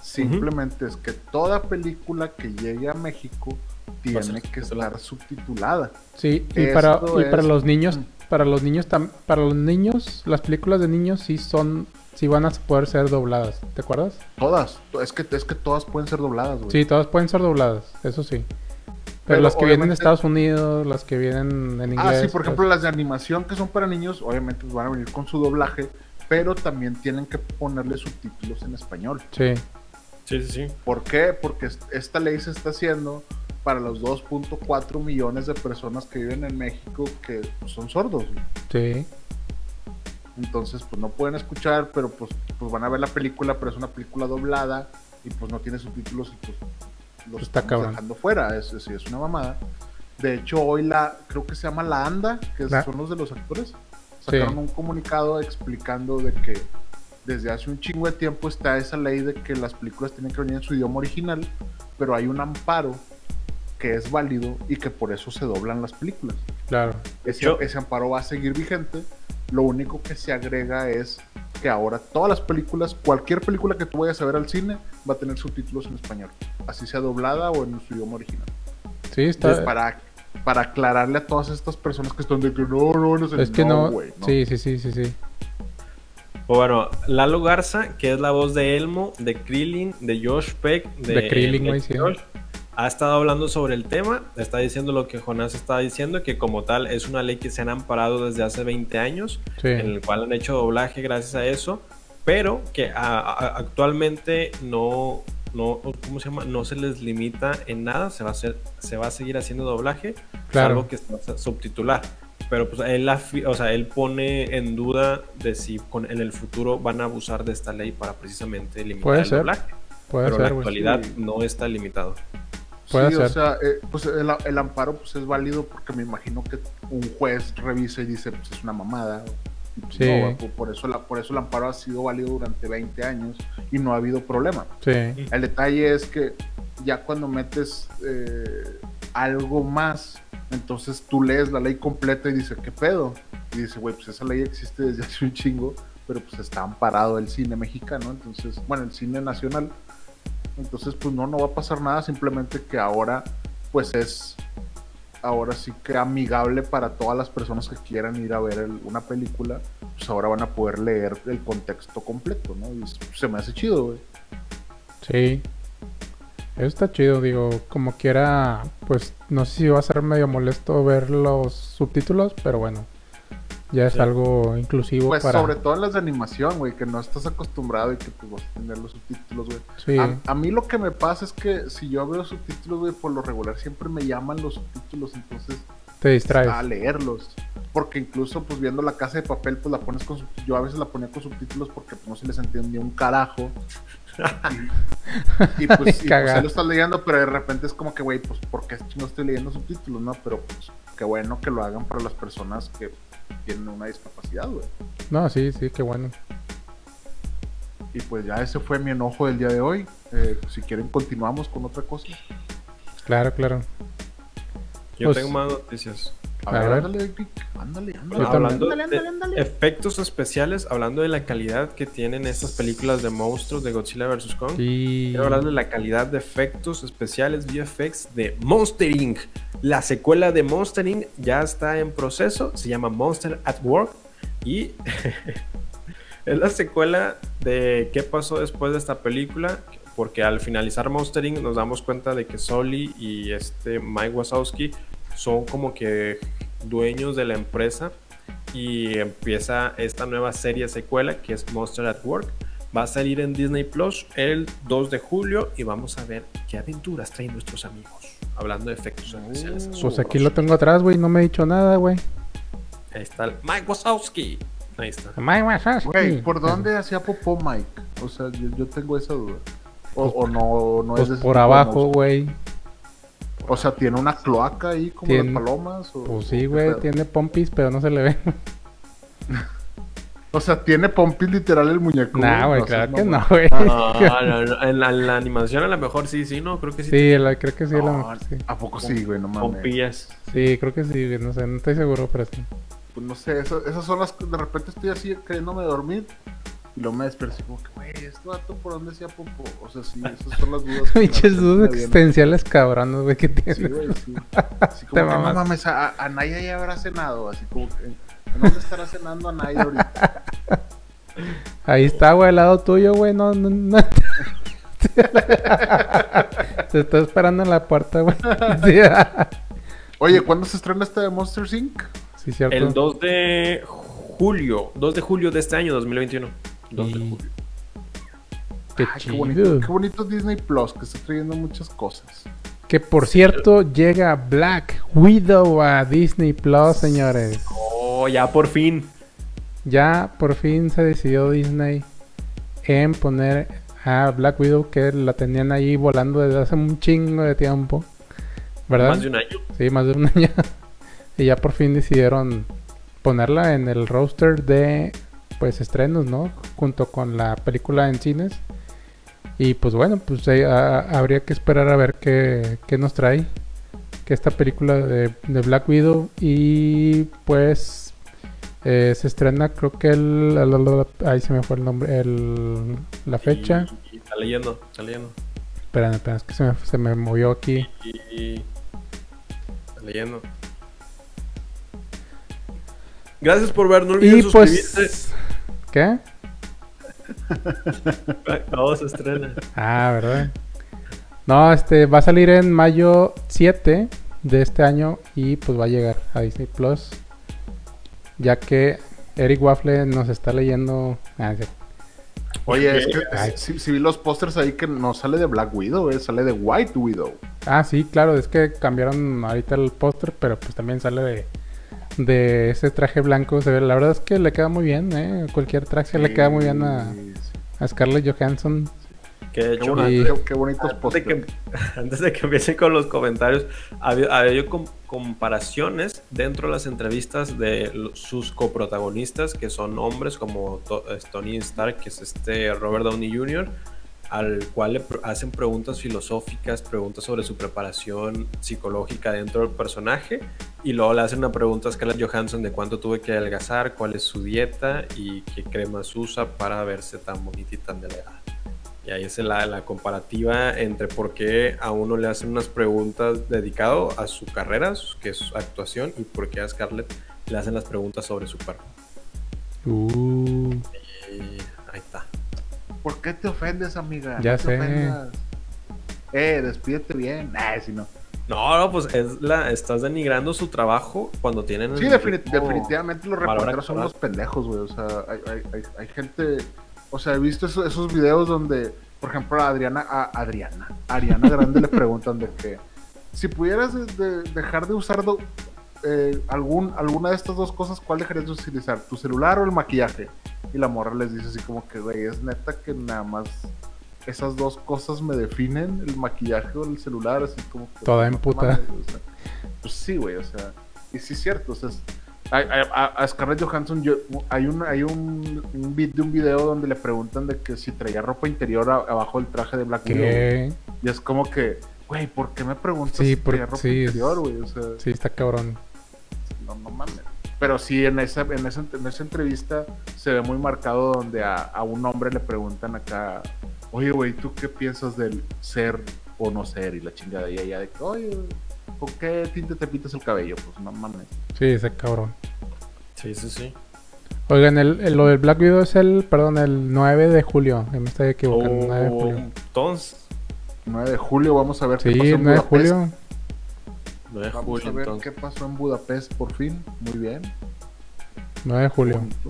[SPEAKER 2] Simplemente es que toda película que llegue a México tiene que estar subtitulada.
[SPEAKER 3] Sí, y para,
[SPEAKER 2] Esto
[SPEAKER 3] y para
[SPEAKER 2] es-
[SPEAKER 3] los niños,
[SPEAKER 2] Mm.
[SPEAKER 3] para los niños, tam- para los niños, las películas de niños sí son, sí van a poder ser dobladas, ¿te acuerdas?
[SPEAKER 2] Todas. Es que, es que todas pueden ser dobladas, güey.
[SPEAKER 3] Sí, todas pueden ser dobladas, eso sí. Pero,
[SPEAKER 2] pues. Pero
[SPEAKER 3] las que vienen de
[SPEAKER 2] obviamente-
[SPEAKER 3] Estados Unidos, las que vienen en inglés. pues.
[SPEAKER 2] ah, sí, por
[SPEAKER 3] las-
[SPEAKER 2] ejemplo, las de animación que son para niños, obviamente pues, van a venir con su doblaje, pero también tienen que ponerle subtítulos en español.
[SPEAKER 3] Sí,
[SPEAKER 5] Sí, sí, sí.
[SPEAKER 2] ¿Por qué? Porque es- esta ley se está haciendo para los 2.4 millones de personas que viven en México que pues, son sordos. güey.
[SPEAKER 3] Sí.
[SPEAKER 2] Entonces, pues no pueden escuchar, pero pues, pues van a ver la película, pero es una película doblada y pues no tiene subtítulos y pues los
[SPEAKER 3] está
[SPEAKER 2] estamos
[SPEAKER 3] cabrón.
[SPEAKER 2] dejando fuera. Es, es, es una mamada. De hecho, hoy la, creo que se llama La Anda, que
[SPEAKER 3] La-
[SPEAKER 2] son los de los actores, sacaron un comunicado explicando de que desde hace un chingo de tiempo está esa ley de que las películas tienen que venir en su idioma original, pero hay un amparo que es válido y que por eso se doblan las películas
[SPEAKER 3] Claro.
[SPEAKER 2] ese,
[SPEAKER 5] Yo-
[SPEAKER 2] ese amparo va a seguir vigente. Lo único que se agrega es que ahora todas las películas, cualquier película que tú vayas a ver al cine, va a tener subtítulos en español, así sea doblada o en su idioma original.
[SPEAKER 3] Sí, está.
[SPEAKER 2] Para, para aclararle a todas estas personas que están de que no, no, no,
[SPEAKER 3] Es que no.
[SPEAKER 2] güey, no".
[SPEAKER 3] Sí, sí, sí, sí, sí.
[SPEAKER 5] Pues bueno, Lalo Garza, que es la voz de Elmo, de Krillin, de Josh Peck, de,
[SPEAKER 3] De Krillin,
[SPEAKER 5] de
[SPEAKER 3] güey, sí.
[SPEAKER 5] Josh, ha estado hablando sobre el tema, está diciendo lo que Jonás está diciendo, que como tal es una ley que se han amparado desde hace 20 años,
[SPEAKER 3] Sí.
[SPEAKER 5] en el cual han hecho doblaje gracias a eso, pero que a- a- actualmente no, no, ¿cómo se llama? No se les limita en nada, se va a, hacer, se va a seguir haciendo doblaje,
[SPEAKER 3] Claro.
[SPEAKER 5] salvo que está subtitular. Pero pues él, afi- o sea, él pone en duda de si con, en el futuro van a abusar de esta ley para precisamente limitar
[SPEAKER 3] Puede
[SPEAKER 5] el
[SPEAKER 3] ser,
[SPEAKER 5] doblaje.
[SPEAKER 3] Puede
[SPEAKER 5] Pero en la
[SPEAKER 3] ser, güey.
[SPEAKER 5] actualidad
[SPEAKER 2] Sí.
[SPEAKER 5] no está limitado.
[SPEAKER 3] Puede
[SPEAKER 2] Sí,
[SPEAKER 3] ser.
[SPEAKER 2] o sea, eh, pues el, el amparo pues, es válido porque me imagino que un juez revisa y dice, pues es una mamada. Y, pues,
[SPEAKER 3] Sí.
[SPEAKER 2] no, por, por eso la, por eso el amparo ha sido válido durante 20 años y no ha habido problema.
[SPEAKER 3] Sí.
[SPEAKER 2] El detalle es que ya cuando metes eh, algo más, entonces tú lees la ley completa y dices, ¿qué pedo? Y dice, güey, pues esa ley existe desde hace un chingo, pero pues está amparado el cine mexicano, entonces, bueno, el cine nacional. Entonces, pues no, no va a pasar nada, simplemente que ahora, pues es, ahora sí que amigable para todas las personas que quieran ir a ver el- una película, pues ahora van a poder leer el contexto completo, ¿no? Y s- se me hace chido, güey.
[SPEAKER 3] Sí. Eso está chido, digo, como quiera, pues no sé si va a ser medio molesto ver los subtítulos, pero bueno, ya es algo inclusivo
[SPEAKER 2] Pues
[SPEAKER 3] para...
[SPEAKER 2] sobre todo en las de animación, güey, que no estás acostumbrado y que pues vas a tener los subtítulos, güey.
[SPEAKER 3] Sí,
[SPEAKER 2] A, a mí lo que me pasa es que si yo veo subtítulos, güey, por lo regular siempre me llaman los subtítulos, entonces
[SPEAKER 3] te distraes.
[SPEAKER 2] a leerlos. Porque incluso pues viendo la casa de papel, pues la pones con subtítulos. Yo a veces la ponía con subtítulos porque pues, no se les entendía un
[SPEAKER 3] <laughs>
[SPEAKER 2] carajo. Y, y, pues, y, pues,
[SPEAKER 3] Cagado.
[SPEAKER 2] ahí lo estás leyendo, pero de repente es como que, güey, pues ¿por qué no estoy leyendo subtítulos, no? Pero pues qué bueno que lo hagan para las personas que tienen una discapacidad, güey.
[SPEAKER 3] No, sí, sí, qué bueno.
[SPEAKER 2] Y pues ya ese fue mi enojo del día de hoy. Eh, si quieren continuamos con otra cosa.
[SPEAKER 3] Claro, claro.
[SPEAKER 5] Yo
[SPEAKER 3] Pues-
[SPEAKER 5] tengo más noticias.
[SPEAKER 2] A,
[SPEAKER 3] A
[SPEAKER 2] ver,
[SPEAKER 3] ver.
[SPEAKER 2] ándale, Vic, ándale, ándale.
[SPEAKER 3] Yo también.
[SPEAKER 5] hablando de efectos especiales, hablando de la calidad que tienen estas películas de monstruos de Godzilla vs. Kong,
[SPEAKER 3] Y...
[SPEAKER 5] quiero hablar de la calidad de efectos especiales VFX de Monster Inc. La secuela de Monster Inc. ya está en proceso, se llama Monster at Work y <laughs> es la secuela de qué pasó después de esta película. Porque al finalizar Monster Inc. nos damos cuenta de que Sully y este Mike Wazowski son como que dueños de la empresa y empieza esta nueva serie secuela que es Monster at Work. Va a salir en Disney Plus el 2 de julio y vamos a ver qué aventuras traen nuestros amigos. Hablando de efectos especiales.
[SPEAKER 3] Pues aquí lo tengo atrás, güey, no me he dicho nada, güey.
[SPEAKER 5] Ahí está el Mike Wazowski. Ahí está.
[SPEAKER 3] Ay, güey, ¿sabes?
[SPEAKER 2] Güey,
[SPEAKER 3] Sí.
[SPEAKER 2] ¿por dónde hacía popó Mike? O sea, yo, yo tengo esa duda. O, o no, no
[SPEAKER 3] Pues
[SPEAKER 2] es de ese tipo
[SPEAKER 3] por
[SPEAKER 2] de
[SPEAKER 3] abajo,
[SPEAKER 2] monstruo.
[SPEAKER 3] güey.
[SPEAKER 2] O sea, tiene una cloaca ahí como
[SPEAKER 3] Tiene-
[SPEAKER 2] las palomas. O,
[SPEAKER 3] Pues
[SPEAKER 2] o
[SPEAKER 3] sí,
[SPEAKER 2] qué
[SPEAKER 3] güey,
[SPEAKER 2] pedo?
[SPEAKER 3] tiene pompis, pero no se le
[SPEAKER 2] <laughs>
[SPEAKER 3] ve.
[SPEAKER 2] O sea, tiene pompis literal el muñeco.
[SPEAKER 3] Nah, güey,
[SPEAKER 2] No Ah, seas
[SPEAKER 3] claro que
[SPEAKER 2] mamón.
[SPEAKER 3] no, güey.
[SPEAKER 5] No, Ah, <laughs> no, no, En, la, en la animación a lo mejor sí, sí, no, creo que sí.
[SPEAKER 3] Sí, la- creo que sí, la
[SPEAKER 2] No,
[SPEAKER 3] sí.
[SPEAKER 2] ¿A poco sí, güey? No mames.
[SPEAKER 5] Pompillas.
[SPEAKER 3] Sí, creo que sí, güey, no sé, no estoy seguro,
[SPEAKER 2] <laughs>
[SPEAKER 3] pero sí. <laughs>
[SPEAKER 2] Pues no sé, eso- esas son las que de repente estoy así queriéndome dormir. Y luego me despierto y como que, güey, ¿este vato por dónde hacía popó? O sea, sí, esas son las
[SPEAKER 3] <laughs>
[SPEAKER 2] dudas. que de
[SPEAKER 3] Pinches
[SPEAKER 2] repente
[SPEAKER 3] dudas
[SPEAKER 2] me vienen.
[SPEAKER 3] existenciales cabrones, güey, que
[SPEAKER 2] Sí,
[SPEAKER 3] tienes.
[SPEAKER 2] güey, sí. Así como
[SPEAKER 3] Te
[SPEAKER 2] que, no
[SPEAKER 3] mamas.
[SPEAKER 2] mames, a, a Naya ya habrá cenado, así como que, ¿en dónde estará cenando a Naya ahorita?
[SPEAKER 3] Ahí está, güey, al lado tuyo, güey. No, no, no. <laughs> Te está esperando en la puerta, güey. <laughs> Sí, ah.
[SPEAKER 2] Oye, ¿cuándo se estrena esta de Monsters Inc?
[SPEAKER 3] sí, cierto.
[SPEAKER 5] El 2 de julio. 2 de julio de este año, 2021. 2 de
[SPEAKER 3] Y-
[SPEAKER 5] julio.
[SPEAKER 3] Qué
[SPEAKER 2] Ay, qué
[SPEAKER 3] chido.
[SPEAKER 2] bonito, qué bonito Disney Plus, que está trayendo muchas cosas.
[SPEAKER 3] Que por cierto, llega Black Widow a Disney Plus, señores.
[SPEAKER 5] Oh, ya por fin.
[SPEAKER 3] Ya por fin se decidió Disney en poner a Black Widow, que la tenían ahí volando desde hace un chingo de tiempo. ¿Verdad?
[SPEAKER 5] Más de un año.
[SPEAKER 3] Sí, más de un <laughs> año. y ya por fin decidieron ponerla en el roster de pues estrenos, ¿no? Junto con la película en cines. Y pues bueno, pues eh, a- habría que esperar a ver qué, qué nos trae. Que esta película de, de Black Widow. Y pues eh, se estrena creo que el... la- la- la- Ahí se me fue el nombre. El, la fecha.
[SPEAKER 5] Y- y está leyendo, está leyendo.
[SPEAKER 3] Espera, espera, es que se me, se me movió aquí.
[SPEAKER 5] Y, y- está leyendo. Gracias por ver, no olviden
[SPEAKER 3] Y
[SPEAKER 5] suscribirse.
[SPEAKER 3] pues...
[SPEAKER 5] <laughs>
[SPEAKER 3] ¿Qué?
[SPEAKER 5] Acabó se estrena.
[SPEAKER 3] Ah, ¿verdad? No, este va a salir en mayo 7 de este año y pues va a llegar a Disney Plus. Ya que Eric Waffle nos está leyendo. Ah, sí.
[SPEAKER 2] Oye, es que
[SPEAKER 3] Ay.
[SPEAKER 2] si, si vi los pósters ahí que no sale de Black Widow, eh, sale de White Widow.
[SPEAKER 3] Ah, sí, claro, es que cambiaron ahorita el póster, pero pues también sale de, de ese traje blanco. Se ve, la verdad es que le queda muy bien, ¿eh? Cualquier traje le queda muy bien a,
[SPEAKER 2] Sí, sí.
[SPEAKER 3] a Scarlett Johansson.
[SPEAKER 5] Que de hecho,
[SPEAKER 2] Qué, bonito,
[SPEAKER 3] Y-
[SPEAKER 2] qué- qué bonitos
[SPEAKER 5] antes Ah, de,
[SPEAKER 2] pósters.
[SPEAKER 5] que, antes de que empiece con los comentarios, había, había com- comparaciones dentro de las entrevistas de lo- sus coprotagonistas, que son hombres como To- es Tony Stark, que es este Robert Downey Jr., al cual le pr- hacen preguntas filosóficas, preguntas sobre su preparación psicológica dentro del personaje, y luego le hacen una pregunta a Scarlett Johansson de cuánto tuve que adelgazar, cuál es su dieta y qué cremas usa para verse tan bonita y tan delgada. Y ahí es la, la comparativa entre por qué a uno le hacen unas preguntas dedicado a su carrera, su- que es su actuación, y por qué a Scarlett le hacen las preguntas sobre su cuerpo.
[SPEAKER 3] Uh,
[SPEAKER 5] Y Eh, ahí está.
[SPEAKER 2] ¿Por qué te ofendes, amiga?
[SPEAKER 3] Ya
[SPEAKER 2] No te
[SPEAKER 3] sé.
[SPEAKER 2] ofendas. Eh, despídete bien. Nah, si no.
[SPEAKER 5] No, no, pues es la, estás denigrando su trabajo cuando tienen...
[SPEAKER 2] Sí,
[SPEAKER 5] el
[SPEAKER 2] defini-
[SPEAKER 5] ritmo-
[SPEAKER 2] definitivamente los
[SPEAKER 5] valor
[SPEAKER 2] reporteros son
[SPEAKER 5] actual.
[SPEAKER 2] unos pendejos, güey. O sea, hay, hay- hay- hay gente. O sea, he visto eso- esos videos donde, por ejemplo, a Adriana, a Adriana, a Ariana Grande le <laughs> preguntan de que si pudieras de- de- dejar de usar do- eh, algún, alguna de estas dos cosas, ¿cuál dejarías de utilizar? ¿Tu celular o el maquillaje? Y la morra les dice así como que, güey, es neta que nada más esas dos cosas me definen, el maquillaje o el celular, así como que...
[SPEAKER 3] Toda
[SPEAKER 2] no
[SPEAKER 3] emputada.
[SPEAKER 2] mames, o sea, pues sí, güey, o sea, y sí es cierto, o sea, es- a, a- a- a Scarlett Johansson yo- hay, un, hay un, un beat de un video donde le preguntan de que si traía ropa interior a- abajo del traje de Black Widow.
[SPEAKER 3] que
[SPEAKER 2] Y es como que, güey, ¿por qué me preguntas
[SPEAKER 3] Sí,
[SPEAKER 2] si
[SPEAKER 3] por-
[SPEAKER 2] traía ropa
[SPEAKER 3] sí, es-
[SPEAKER 2] interior, güey? O sea,
[SPEAKER 3] sí, está cabrón.
[SPEAKER 2] no, no mames. Pero sí, en esa, en, esa, en esa entrevista se ve muy marcado donde a, a un hombre le preguntan acá, oye, güey, ¿tú qué piensas del ser o no ser? Y la chingada, y ella de que, oye, ¿con qué tinte te pintas el cabello? Pues no mames.
[SPEAKER 3] Sí, está cabrón.
[SPEAKER 5] Sí, sí, sí.
[SPEAKER 3] Oigan, el, el- lo del Black Widow es el, perdón, el 9 de julio. Ya me estoy equivocando, 9 de
[SPEAKER 5] Oh,
[SPEAKER 3] julio.
[SPEAKER 5] entonces,
[SPEAKER 2] 9 de julio, vamos a ver
[SPEAKER 3] Sí,
[SPEAKER 2] qué pasó en
[SPEAKER 3] 9 de
[SPEAKER 2] Budapest.
[SPEAKER 3] julio.
[SPEAKER 5] 9 de
[SPEAKER 2] Vamos
[SPEAKER 5] julio,
[SPEAKER 2] a ver
[SPEAKER 5] entonces.
[SPEAKER 2] qué pasó en Budapest por fin. Muy bien.
[SPEAKER 3] 9 de
[SPEAKER 2] Qué
[SPEAKER 3] julio.
[SPEAKER 2] bonito.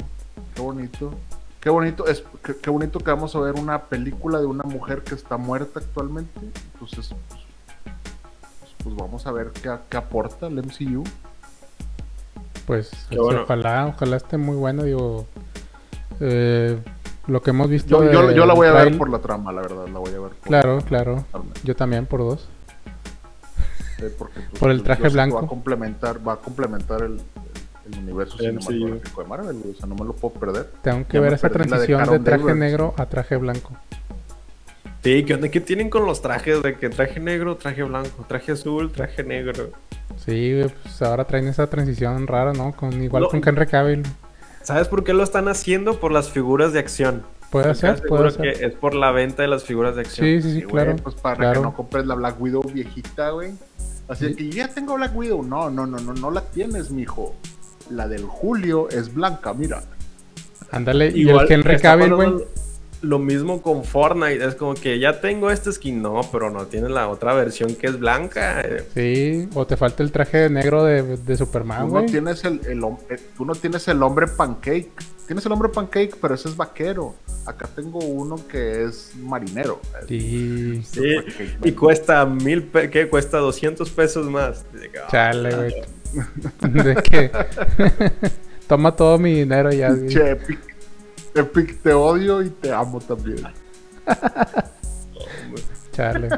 [SPEAKER 2] Qué bonito. Qué bonito, es, qué, qué bonito que vamos a ver una película de una mujer que está muerta actualmente. Entonces, pues, pues- pues vamos a ver qué, qué aporta el MCU.
[SPEAKER 3] Pues
[SPEAKER 5] Qué
[SPEAKER 3] o sea,
[SPEAKER 5] bueno.
[SPEAKER 3] ojalá, ojalá esté muy bueno, digo. eh, lo que hemos visto.
[SPEAKER 2] Yo, yo,
[SPEAKER 3] de-
[SPEAKER 2] yo la voy a
[SPEAKER 3] del
[SPEAKER 2] ver
[SPEAKER 3] trail-
[SPEAKER 2] por la trama, la verdad. La voy a ver por
[SPEAKER 3] Claro, claro.
[SPEAKER 2] la trama,
[SPEAKER 3] Yo también por dos.
[SPEAKER 2] eh, porque, pues,
[SPEAKER 3] Por el
[SPEAKER 2] yo
[SPEAKER 3] traje
[SPEAKER 2] sé que
[SPEAKER 3] blanco.
[SPEAKER 2] Va a complementar, va a complementar el, el universo
[SPEAKER 5] El MCU.
[SPEAKER 2] cinematográfico de Marvel. güey, O sea, no me lo puedo perder.
[SPEAKER 3] Tengo que
[SPEAKER 2] Ya
[SPEAKER 3] ver
[SPEAKER 2] me
[SPEAKER 3] esa
[SPEAKER 2] perdí la de
[SPEAKER 3] transición de,
[SPEAKER 2] Carol
[SPEAKER 3] traje
[SPEAKER 2] Danvers.
[SPEAKER 3] negro a traje blanco.
[SPEAKER 5] Sí, ¿qué onda? ¿Qué tienen con los trajes? De que traje negro, traje blanco, traje azul, traje negro.
[SPEAKER 3] Sí, güey, pues ahora traen esa transición rara, ¿no? Con igual
[SPEAKER 5] No.
[SPEAKER 3] con Henry Cavill.
[SPEAKER 5] ¿Sabes por qué lo están haciendo? Por las figuras de acción.
[SPEAKER 3] Puede
[SPEAKER 5] Estoy
[SPEAKER 3] ser, puede
[SPEAKER 5] seguro
[SPEAKER 3] ser.
[SPEAKER 5] que es por la venta de las figuras de acción.
[SPEAKER 3] Sí, sí, sí,
[SPEAKER 2] Sí, güey,
[SPEAKER 3] claro.
[SPEAKER 2] pues para
[SPEAKER 3] claro.
[SPEAKER 2] que no compres la Black Widow viejita, güey. Así
[SPEAKER 3] Sí.
[SPEAKER 2] que yo ya tengo Black Widow. No, no, no, no, no la tienes, mijo. La del Julio es blanca, mira.
[SPEAKER 3] Ándale, y
[SPEAKER 5] Igual
[SPEAKER 3] el Henry
[SPEAKER 5] está
[SPEAKER 3] Cavill, güey.
[SPEAKER 5] pasando Lo mismo con Fortnite, es como que ya tengo esta skin, no, pero no tiene la otra versión que es blanca. eh.
[SPEAKER 3] Sí, o te falta el traje negro de, de Superman,
[SPEAKER 2] tú, no
[SPEAKER 3] Ah, güey.
[SPEAKER 2] tienes el, el hom- eh, tú no tienes el hombre pancake. Tienes el hombre pancake, pero ese es vaquero. Acá tengo uno que es marinero. Es-
[SPEAKER 3] Sí.
[SPEAKER 1] Sí, y cuesta mil, pe- ¿qué? Cuesta 200 pesos más. Dice que, ah,
[SPEAKER 3] Chale, güey. <laughs> De que. <laughs> Toma todo mi dinero ya. güey.
[SPEAKER 2] Pinche Epic. Epic, te odio y te amo también. <laughs>
[SPEAKER 3] Chale.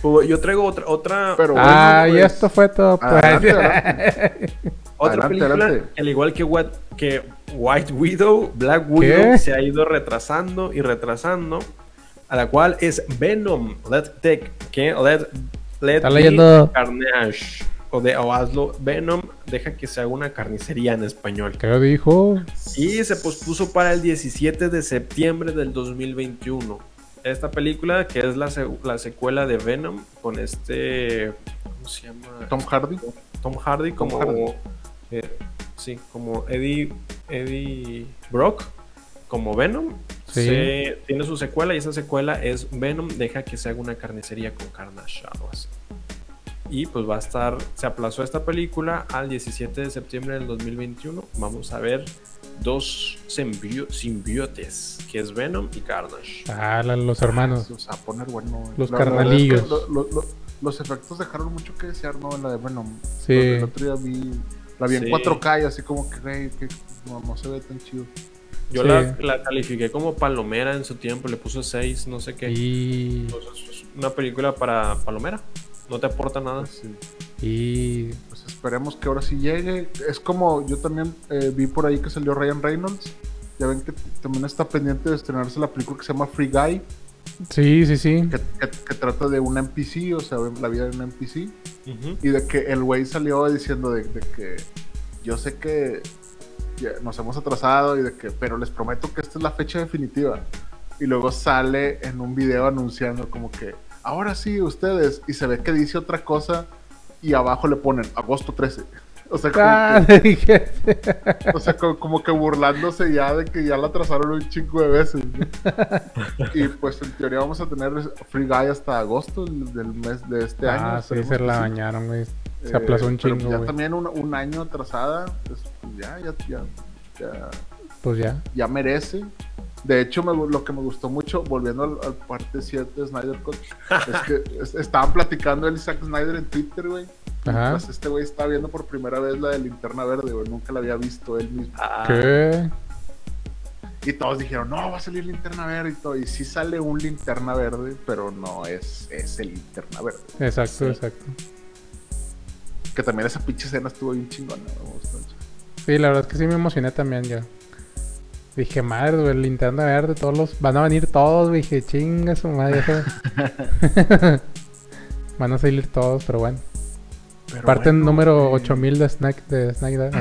[SPEAKER 1] pues, Yo traigo otra, otra,
[SPEAKER 2] Pero bueno,
[SPEAKER 3] Ah, y
[SPEAKER 2] pues,
[SPEAKER 3] esto fue todo. Pues.
[SPEAKER 2] Adelante,
[SPEAKER 3] <laughs>
[SPEAKER 2] adelante.
[SPEAKER 1] otra
[SPEAKER 2] adelante,
[SPEAKER 1] película,
[SPEAKER 2] adelante.
[SPEAKER 1] al igual que, What- que White Widow, Black Widow se ha ido retrasando y retrasando, a la cual es Venom, Let Take, que Let, let
[SPEAKER 3] Está
[SPEAKER 1] me
[SPEAKER 3] leyendo-
[SPEAKER 1] Carnage, o, de, o hazlo Venom, deja que se haga una carnicería en español.
[SPEAKER 3] ¿Qué dijo?
[SPEAKER 1] Y se pospuso para el 17 de septiembre del 2021. Esta película, que es la, se- la secuela de Venom, con este. ¿Cómo se llama?
[SPEAKER 2] Tom Hardy.
[SPEAKER 1] Tom Hardy como.
[SPEAKER 2] Hardy.
[SPEAKER 1] eh, sí, como Eddie, Eddie Brock, como Venom.
[SPEAKER 3] Sí.
[SPEAKER 1] Se- tiene su secuela y esa secuela es Venom, deja que se haga una carnicería con Carnage. algo así. Y pues va a estar, se aplazó esta película al 17 de septiembre del 2021. Vamos a ver dos simbio- simbiotes, que es Venom y Carnage.
[SPEAKER 3] Ah, la- los hermanos.
[SPEAKER 2] Se va a poner bueno. güey.
[SPEAKER 3] Los
[SPEAKER 2] La- la verdad es
[SPEAKER 3] carnalillos.
[SPEAKER 2] que lo- lo- lo- los efectos dejaron mucho que desear, ¿no? En la de Venom.
[SPEAKER 3] Sí.
[SPEAKER 2] El otro día vi. La vi en
[SPEAKER 1] Sí.
[SPEAKER 2] 4K y así como que, güey, que no, no se ve tan chido.
[SPEAKER 1] Yo
[SPEAKER 3] Sí.
[SPEAKER 1] la, la califiqué como palomera en su tiempo, le puse 6, no sé qué.
[SPEAKER 3] Y.
[SPEAKER 1] Pues es- es una película para palomera. No te aporta nada.
[SPEAKER 2] Pues, sí.
[SPEAKER 3] Y.
[SPEAKER 2] Pues esperemos que ahora sí llegue. Es como yo también eh, vi por ahí que salió Ryan Reynolds. Ya ven que t- también está pendiente de estrenarse la película que se llama Free Guy,
[SPEAKER 3] Sí, sí, sí.
[SPEAKER 2] que, que- que trata de un NPC, o sea, la vida de un NPC. Y de que el güey salió diciendo de, de que yo sé que ya nos hemos atrasado y de que, pero les prometo que esta es la fecha definitiva. Y luego sale en un video anunciando como que, ahora sí, ustedes, y se ve que dice otra cosa y abajo le ponen agosto 13. O sea, como,
[SPEAKER 3] <laughs> Ah,
[SPEAKER 2] que,
[SPEAKER 3] dije.
[SPEAKER 2] o sea, co- como que burlándose ya de que ya la atrasaron un chingo de veces.
[SPEAKER 3] <laughs>
[SPEAKER 2] ¿no? Y pues en teoría vamos a tener Free Guy hasta agosto del mes de este año.
[SPEAKER 3] Ah, sí,
[SPEAKER 2] esperemos
[SPEAKER 3] se
[SPEAKER 2] que
[SPEAKER 3] la
[SPEAKER 2] sí.
[SPEAKER 3] bañaron, güey. Se
[SPEAKER 2] Eh,
[SPEAKER 3] aplazó un
[SPEAKER 2] pero
[SPEAKER 3] chingo,
[SPEAKER 2] Ya
[SPEAKER 3] güey.
[SPEAKER 2] también un, un año atrasada, pues, ya, ya, ya, ya,
[SPEAKER 3] Pues ya.
[SPEAKER 2] ya merece. De hecho, me gu- lo que me gustó mucho, volviendo al, al parte 7 de Snyder
[SPEAKER 3] <laughs>
[SPEAKER 2] Cut, es que es- estaban platicando el Zack Snyder en Twitter, güey.
[SPEAKER 3] Ajá.
[SPEAKER 2] Pues este güey está viendo por primera vez la de Linterna Verde, güey. Nunca la había visto él mismo.
[SPEAKER 3] Ah. ¿Qué?
[SPEAKER 2] Y todos dijeron, no, va a salir Linterna Verde y todo. Y sí sale un Linterna Verde, pero no es, es el Linterna Verde.
[SPEAKER 3] Exacto, exacto.
[SPEAKER 2] Que también esa pinche escena estuvo bien chingona. me gustó mucho.
[SPEAKER 3] Sí, la verdad es que sí me emocioné también yo. Dije, madre, güey, el linterna verde, todos los... Van a venir todos, güey. Dije, chinga su
[SPEAKER 2] <laughs>
[SPEAKER 3] madre. eso". Van a salir todos, pero bueno.
[SPEAKER 2] Pero
[SPEAKER 3] Parte
[SPEAKER 2] bueno,
[SPEAKER 3] número
[SPEAKER 2] güey.
[SPEAKER 3] 8000 de Snack... De snack <clears throat>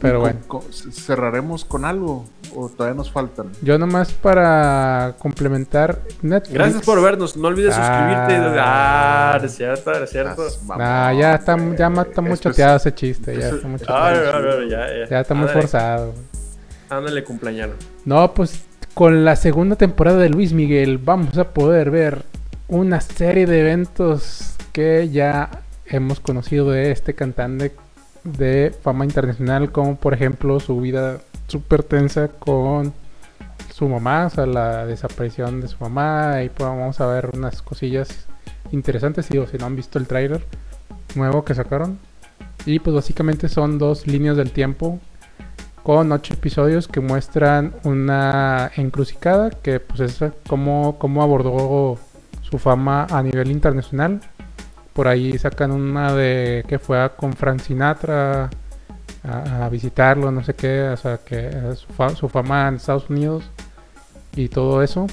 [SPEAKER 3] pero
[SPEAKER 2] Con-
[SPEAKER 3] bueno.
[SPEAKER 2] con- ¿Cerraremos con algo? ¿O todavía nos faltan?
[SPEAKER 3] Yo nomás para complementar Netflix...
[SPEAKER 1] Gracias por vernos. No olvides
[SPEAKER 3] Ah.
[SPEAKER 1] suscribirte. Ah, es cierto, es cierto.
[SPEAKER 2] Las mamón,
[SPEAKER 3] Ah, ya está,
[SPEAKER 2] güey.
[SPEAKER 3] ya ma- está muy
[SPEAKER 2] Esto es-
[SPEAKER 3] choteado ese chiste. Ya
[SPEAKER 2] eso-
[SPEAKER 3] está muy
[SPEAKER 1] Ah,
[SPEAKER 3] choteado.
[SPEAKER 1] ah, ah, ya, ya.
[SPEAKER 3] Ya está muy
[SPEAKER 1] Ándale,
[SPEAKER 3] forzado. güey.
[SPEAKER 1] Ándale, cumpleañero.
[SPEAKER 3] No, pues con la segunda temporada de Luis Miguel vamos a poder ver una serie de eventos que ya hemos conocido de este cantante de fama internacional, como por ejemplo su vida súper tensa con su mamá, o sea, la desaparición de su mamá, y pues vamos a ver unas cosillas interesantes, digo, si no han visto el tráiler nuevo que sacaron. Y pues básicamente son dos líneas del tiempo con ocho episodios que muestran una encrucijada que pues es cómo, cómo abordó su fama a nivel internacional. Por ahí sacan una de que fue a- con Frank Sinatra a, a visitarlo, no sé qué, o sea, que eh, su, fa- su fama en Estados Unidos y todo eso,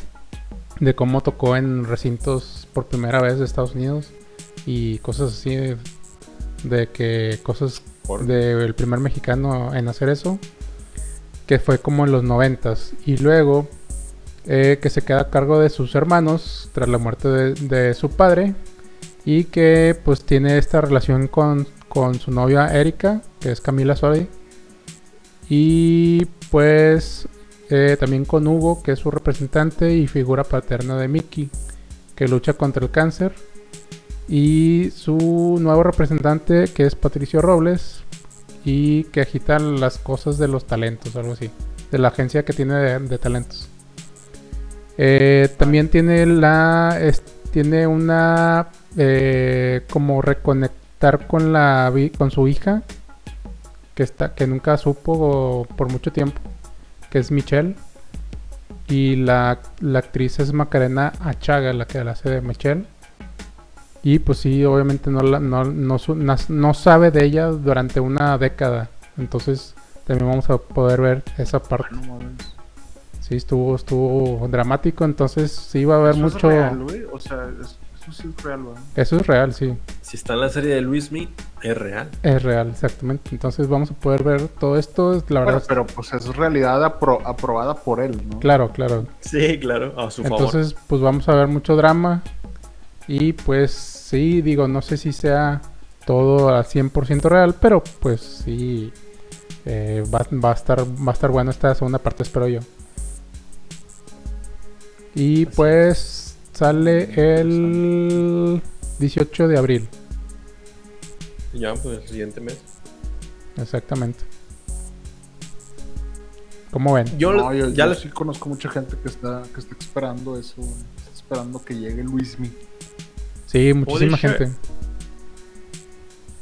[SPEAKER 3] de cómo tocó en recintos por primera vez de Estados Unidos y cosas así, de, de que cosas del primer mexicano en hacer eso, que fue como en los noventas, y luego eh, que se queda a cargo de sus hermanos tras la muerte de, de su padre y que pues tiene esta relación con, con su novia Erika, que es Camila Sodi, y pues eh, también con Hugo, que es su representante y figura paterna de Mickey, que lucha contra el cáncer, y su nuevo representante, que es Patricio Robles, y que agita las cosas de los talentos, algo así. De la agencia que tiene de, de talentos. Eh, también tiene la. es- tiene una. eh, como reconectar con la vi- con su hija. Que está. que nunca supo o por mucho tiempo. Que es Michelle. Y la, la actriz es Macarena Achaga, la que la hace de Michelle. Y pues sí, obviamente no, la- no, no su- nas- no sabe de ella durante una década. Entonces también vamos a poder ver esa parte.
[SPEAKER 2] No mames.
[SPEAKER 3] Sí, estuvo, estuvo dramático, entonces sí va a haber
[SPEAKER 2] Eso es
[SPEAKER 3] mucho...
[SPEAKER 2] real, güey. O sea, es- eso sí es real, güey.
[SPEAKER 3] Eso es real, sí.
[SPEAKER 1] Si está en la serie de Luismi, es real.
[SPEAKER 3] Es real, exactamente. Entonces vamos a poder ver todo esto. La verdad,
[SPEAKER 2] Bueno,
[SPEAKER 3] es-
[SPEAKER 2] pero pues es realidad apro- aprobada por él, ¿no?
[SPEAKER 3] claro, claro.
[SPEAKER 1] Sí, claro, a su favor.
[SPEAKER 3] Entonces, pues vamos a ver mucho drama. Y pues sí, digo, no sé si sea todo al 100% real, pero pues sí, eh, va, va a estar, va a estar bueno esta segunda parte, espero yo. Y pues sale el 18 de abril,
[SPEAKER 1] Ya, pues el siguiente mes.
[SPEAKER 3] exactamente. ¿Cómo ven?
[SPEAKER 1] Yo,
[SPEAKER 2] No, yo,
[SPEAKER 1] ya
[SPEAKER 2] yo
[SPEAKER 1] les-
[SPEAKER 2] sí conozco mucha gente que está, que está esperando eso, güey. Está esperando que llegue Luismi.
[SPEAKER 3] Sí, muchísima
[SPEAKER 1] shit.
[SPEAKER 3] gente.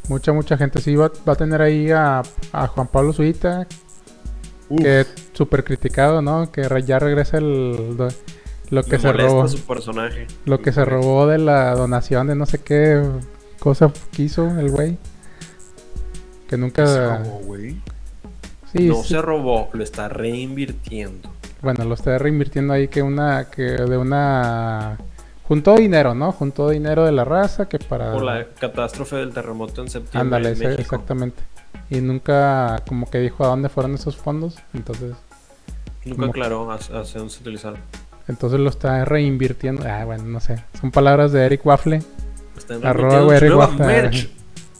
[SPEAKER 3] Mucha, mucha gente. Sí, va, va a tener ahí a, a Juan Pablo Zurita, que súper criticado, ¿no? Que re- ya regresa el, do- lo que
[SPEAKER 1] me
[SPEAKER 3] se
[SPEAKER 1] molesta
[SPEAKER 3] robó.
[SPEAKER 1] su personaje. Este
[SPEAKER 3] Lo que se robó de la donación de no sé qué cosa quiso el güey. Que nunca...
[SPEAKER 2] Como, güey.
[SPEAKER 3] Sí,
[SPEAKER 1] no
[SPEAKER 3] sí.
[SPEAKER 1] se robó, lo está reinvirtiendo.
[SPEAKER 3] Bueno, lo está reinvirtiendo ahí que una... que de una... Juntó dinero, ¿no? Juntó dinero de la raza que para...
[SPEAKER 1] Por la catástrofe del terremoto en septiembre.
[SPEAKER 3] Ándale,
[SPEAKER 1] en
[SPEAKER 3] ese-
[SPEAKER 1] México.
[SPEAKER 3] exactamente. Y nunca como que dijo a dónde fueron esos fondos. Entonces,
[SPEAKER 1] Nunca
[SPEAKER 3] Como-
[SPEAKER 1] aclaró hacia hacia dónde se utilizaron.
[SPEAKER 3] entonces lo está reinvirtiendo. Ah, bueno, no sé. Son palabras de Eric Waffle.
[SPEAKER 1] Está
[SPEAKER 3] Arroba
[SPEAKER 1] reinvirtiendo
[SPEAKER 3] Guerrero
[SPEAKER 1] su nueva
[SPEAKER 3] Guasa.
[SPEAKER 1] merch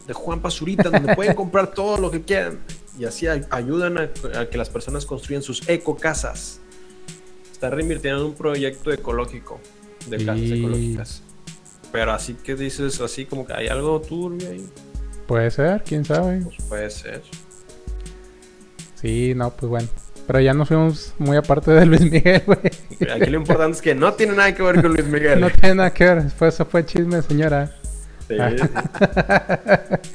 [SPEAKER 1] de Juan Pazurita, donde pueden comprar todo lo que quieran. Y así ay- ayudan a, a que las personas construyan sus eco casas. Está reinvirtiendo en un proyecto ecológico de casas
[SPEAKER 3] Y-
[SPEAKER 1] ecológicas. Pero así que dices, así como que hay algo turbio ahí,
[SPEAKER 3] Puede ser, quién sabe.
[SPEAKER 1] pues puede ser.
[SPEAKER 3] Sí, no, pues bueno. Pero ya nos fuimos muy aparte de Luis Miguel, <laughs> güey.
[SPEAKER 1] Aquí lo importante es que no tiene nada que ver con Luis Miguel.
[SPEAKER 3] No tiene nada que ver. Fue, eso fue chisme, señora. Ah.
[SPEAKER 1] Sí,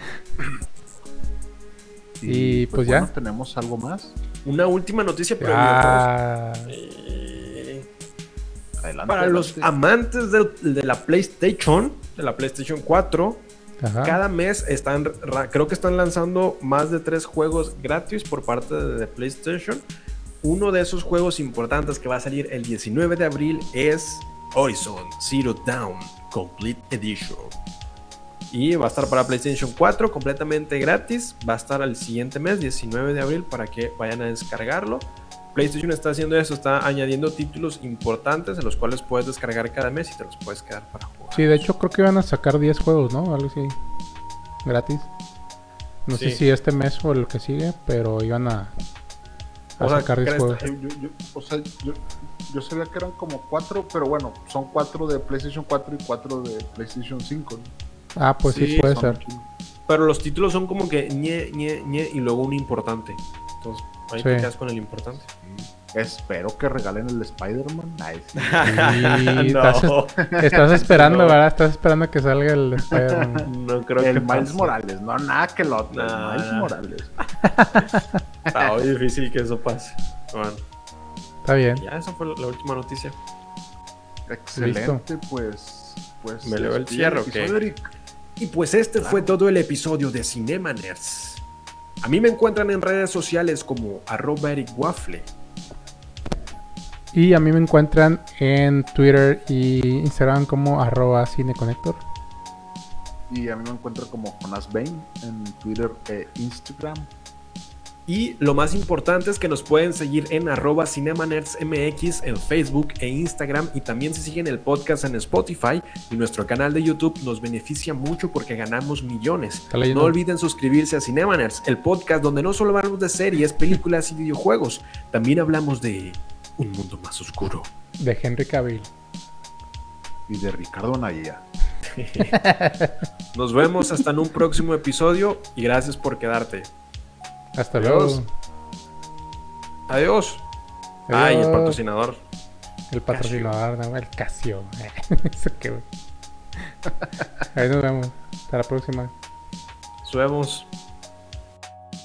[SPEAKER 3] <laughs> Y, pues, ya.
[SPEAKER 2] bueno, ¿Tenemos algo más?
[SPEAKER 1] Una última noticia pero
[SPEAKER 3] Ah,
[SPEAKER 1] videojuegos.
[SPEAKER 2] Adelante.
[SPEAKER 1] Para los amantes de, de la PlayStation, de la PlayStation 4,
[SPEAKER 3] ajá.
[SPEAKER 1] cada mes están, ra- creo que están lanzando más de tres juegos gratis por parte de, de PlayStation. Uno de esos juegos importantes que va a salir el 19 de abril es Horizon Zero Dawn Complete Edition. Y va a estar para PlayStation 4 completamente gratis. Va a estar al siguiente mes, 19 de abril, para que vayan a descargarlo. PlayStation está haciendo eso, está añadiendo títulos importantes en los cuales puedes descargar cada mes y te los puedes quedar para jugar.
[SPEAKER 3] Sí, de hecho creo que iban a sacar 10 juegos, ¿no? Algo así. Gratis. No sé
[SPEAKER 1] Sí.
[SPEAKER 3] si este mes o el que sigue, pero iban a, a
[SPEAKER 1] O sea,
[SPEAKER 3] sacar 10
[SPEAKER 1] ¿crees-
[SPEAKER 3] juegos.
[SPEAKER 2] Yo, yo- yo- o sea, yo, yo sabía que eran como cuatro, pero bueno, son cuatro de PlayStation 4 y cuatro de PlayStation 5. ¿no?
[SPEAKER 3] Ah, pues sí,
[SPEAKER 1] Sí,
[SPEAKER 3] puede
[SPEAKER 2] Son
[SPEAKER 3] ser.
[SPEAKER 1] <laughs>
[SPEAKER 2] chidos.
[SPEAKER 1] Pero los títulos son como que ñe, ñe, ñe y luego un importante. Entonces, ahí
[SPEAKER 3] Sí.
[SPEAKER 1] te quedas con el importante.
[SPEAKER 2] Espero que regalen el Spider-Man. Ay, <laughs> sí.
[SPEAKER 1] <laughs>
[SPEAKER 3] Y estás, estás esperando, ¿verdad? Estás esperando que salga
[SPEAKER 1] <laughs>
[SPEAKER 3] el Spider-Man.
[SPEAKER 1] no creo
[SPEAKER 2] el
[SPEAKER 1] que
[SPEAKER 2] Miles
[SPEAKER 1] pase.
[SPEAKER 2] Morales, no, nada que lo otro. el
[SPEAKER 1] Nah.
[SPEAKER 2] Miles Morales.
[SPEAKER 1] Está muy difícil que eso pase. Bueno,
[SPEAKER 3] Está bien.
[SPEAKER 1] ya esa fue la última noticia.
[SPEAKER 2] Excelente, pues. pues
[SPEAKER 1] ¿Me leo el
[SPEAKER 2] despide
[SPEAKER 1] cierre o
[SPEAKER 2] episodio,
[SPEAKER 1] qué?
[SPEAKER 2] Eric.
[SPEAKER 1] Y pues este fue todo el episodio de Cinema Nerds. A mí me encuentran en redes sociales como arroba Eric Waffle.
[SPEAKER 3] Y a mí me encuentran en Twitter y Instagram como arroba cineconector.
[SPEAKER 2] Y a mí me encuentro como Jonas Bain en Twitter e Instagram.
[SPEAKER 1] Y lo más importante es que nos pueden seguir en arroba cinemanerdsmx en Facebook e Instagram y también si siguen el podcast en Spotify y nuestro canal de YouTube nos beneficia mucho porque ganamos millones.
[SPEAKER 3] Está leyendo.
[SPEAKER 1] No olviden suscribirse a Cinemaners, el podcast donde no solo hablamos de series, películas y videojuegos, también hablamos de un mundo más oscuro.
[SPEAKER 3] De Henry Cavill.
[SPEAKER 2] y de Ricardo Naya.
[SPEAKER 1] Nos vemos hasta en un próximo episodio y gracias por quedarte.
[SPEAKER 3] Hasta
[SPEAKER 1] Adiós.
[SPEAKER 3] luego.
[SPEAKER 1] Adiós. Ay, el
[SPEAKER 3] Adiós.
[SPEAKER 1] patrocinador.
[SPEAKER 3] El patrocinador, no, el Casio. <laughs> Eso qué, güey. <laughs> Ahí nos vemos. Hasta la próxima.
[SPEAKER 1] Subemos.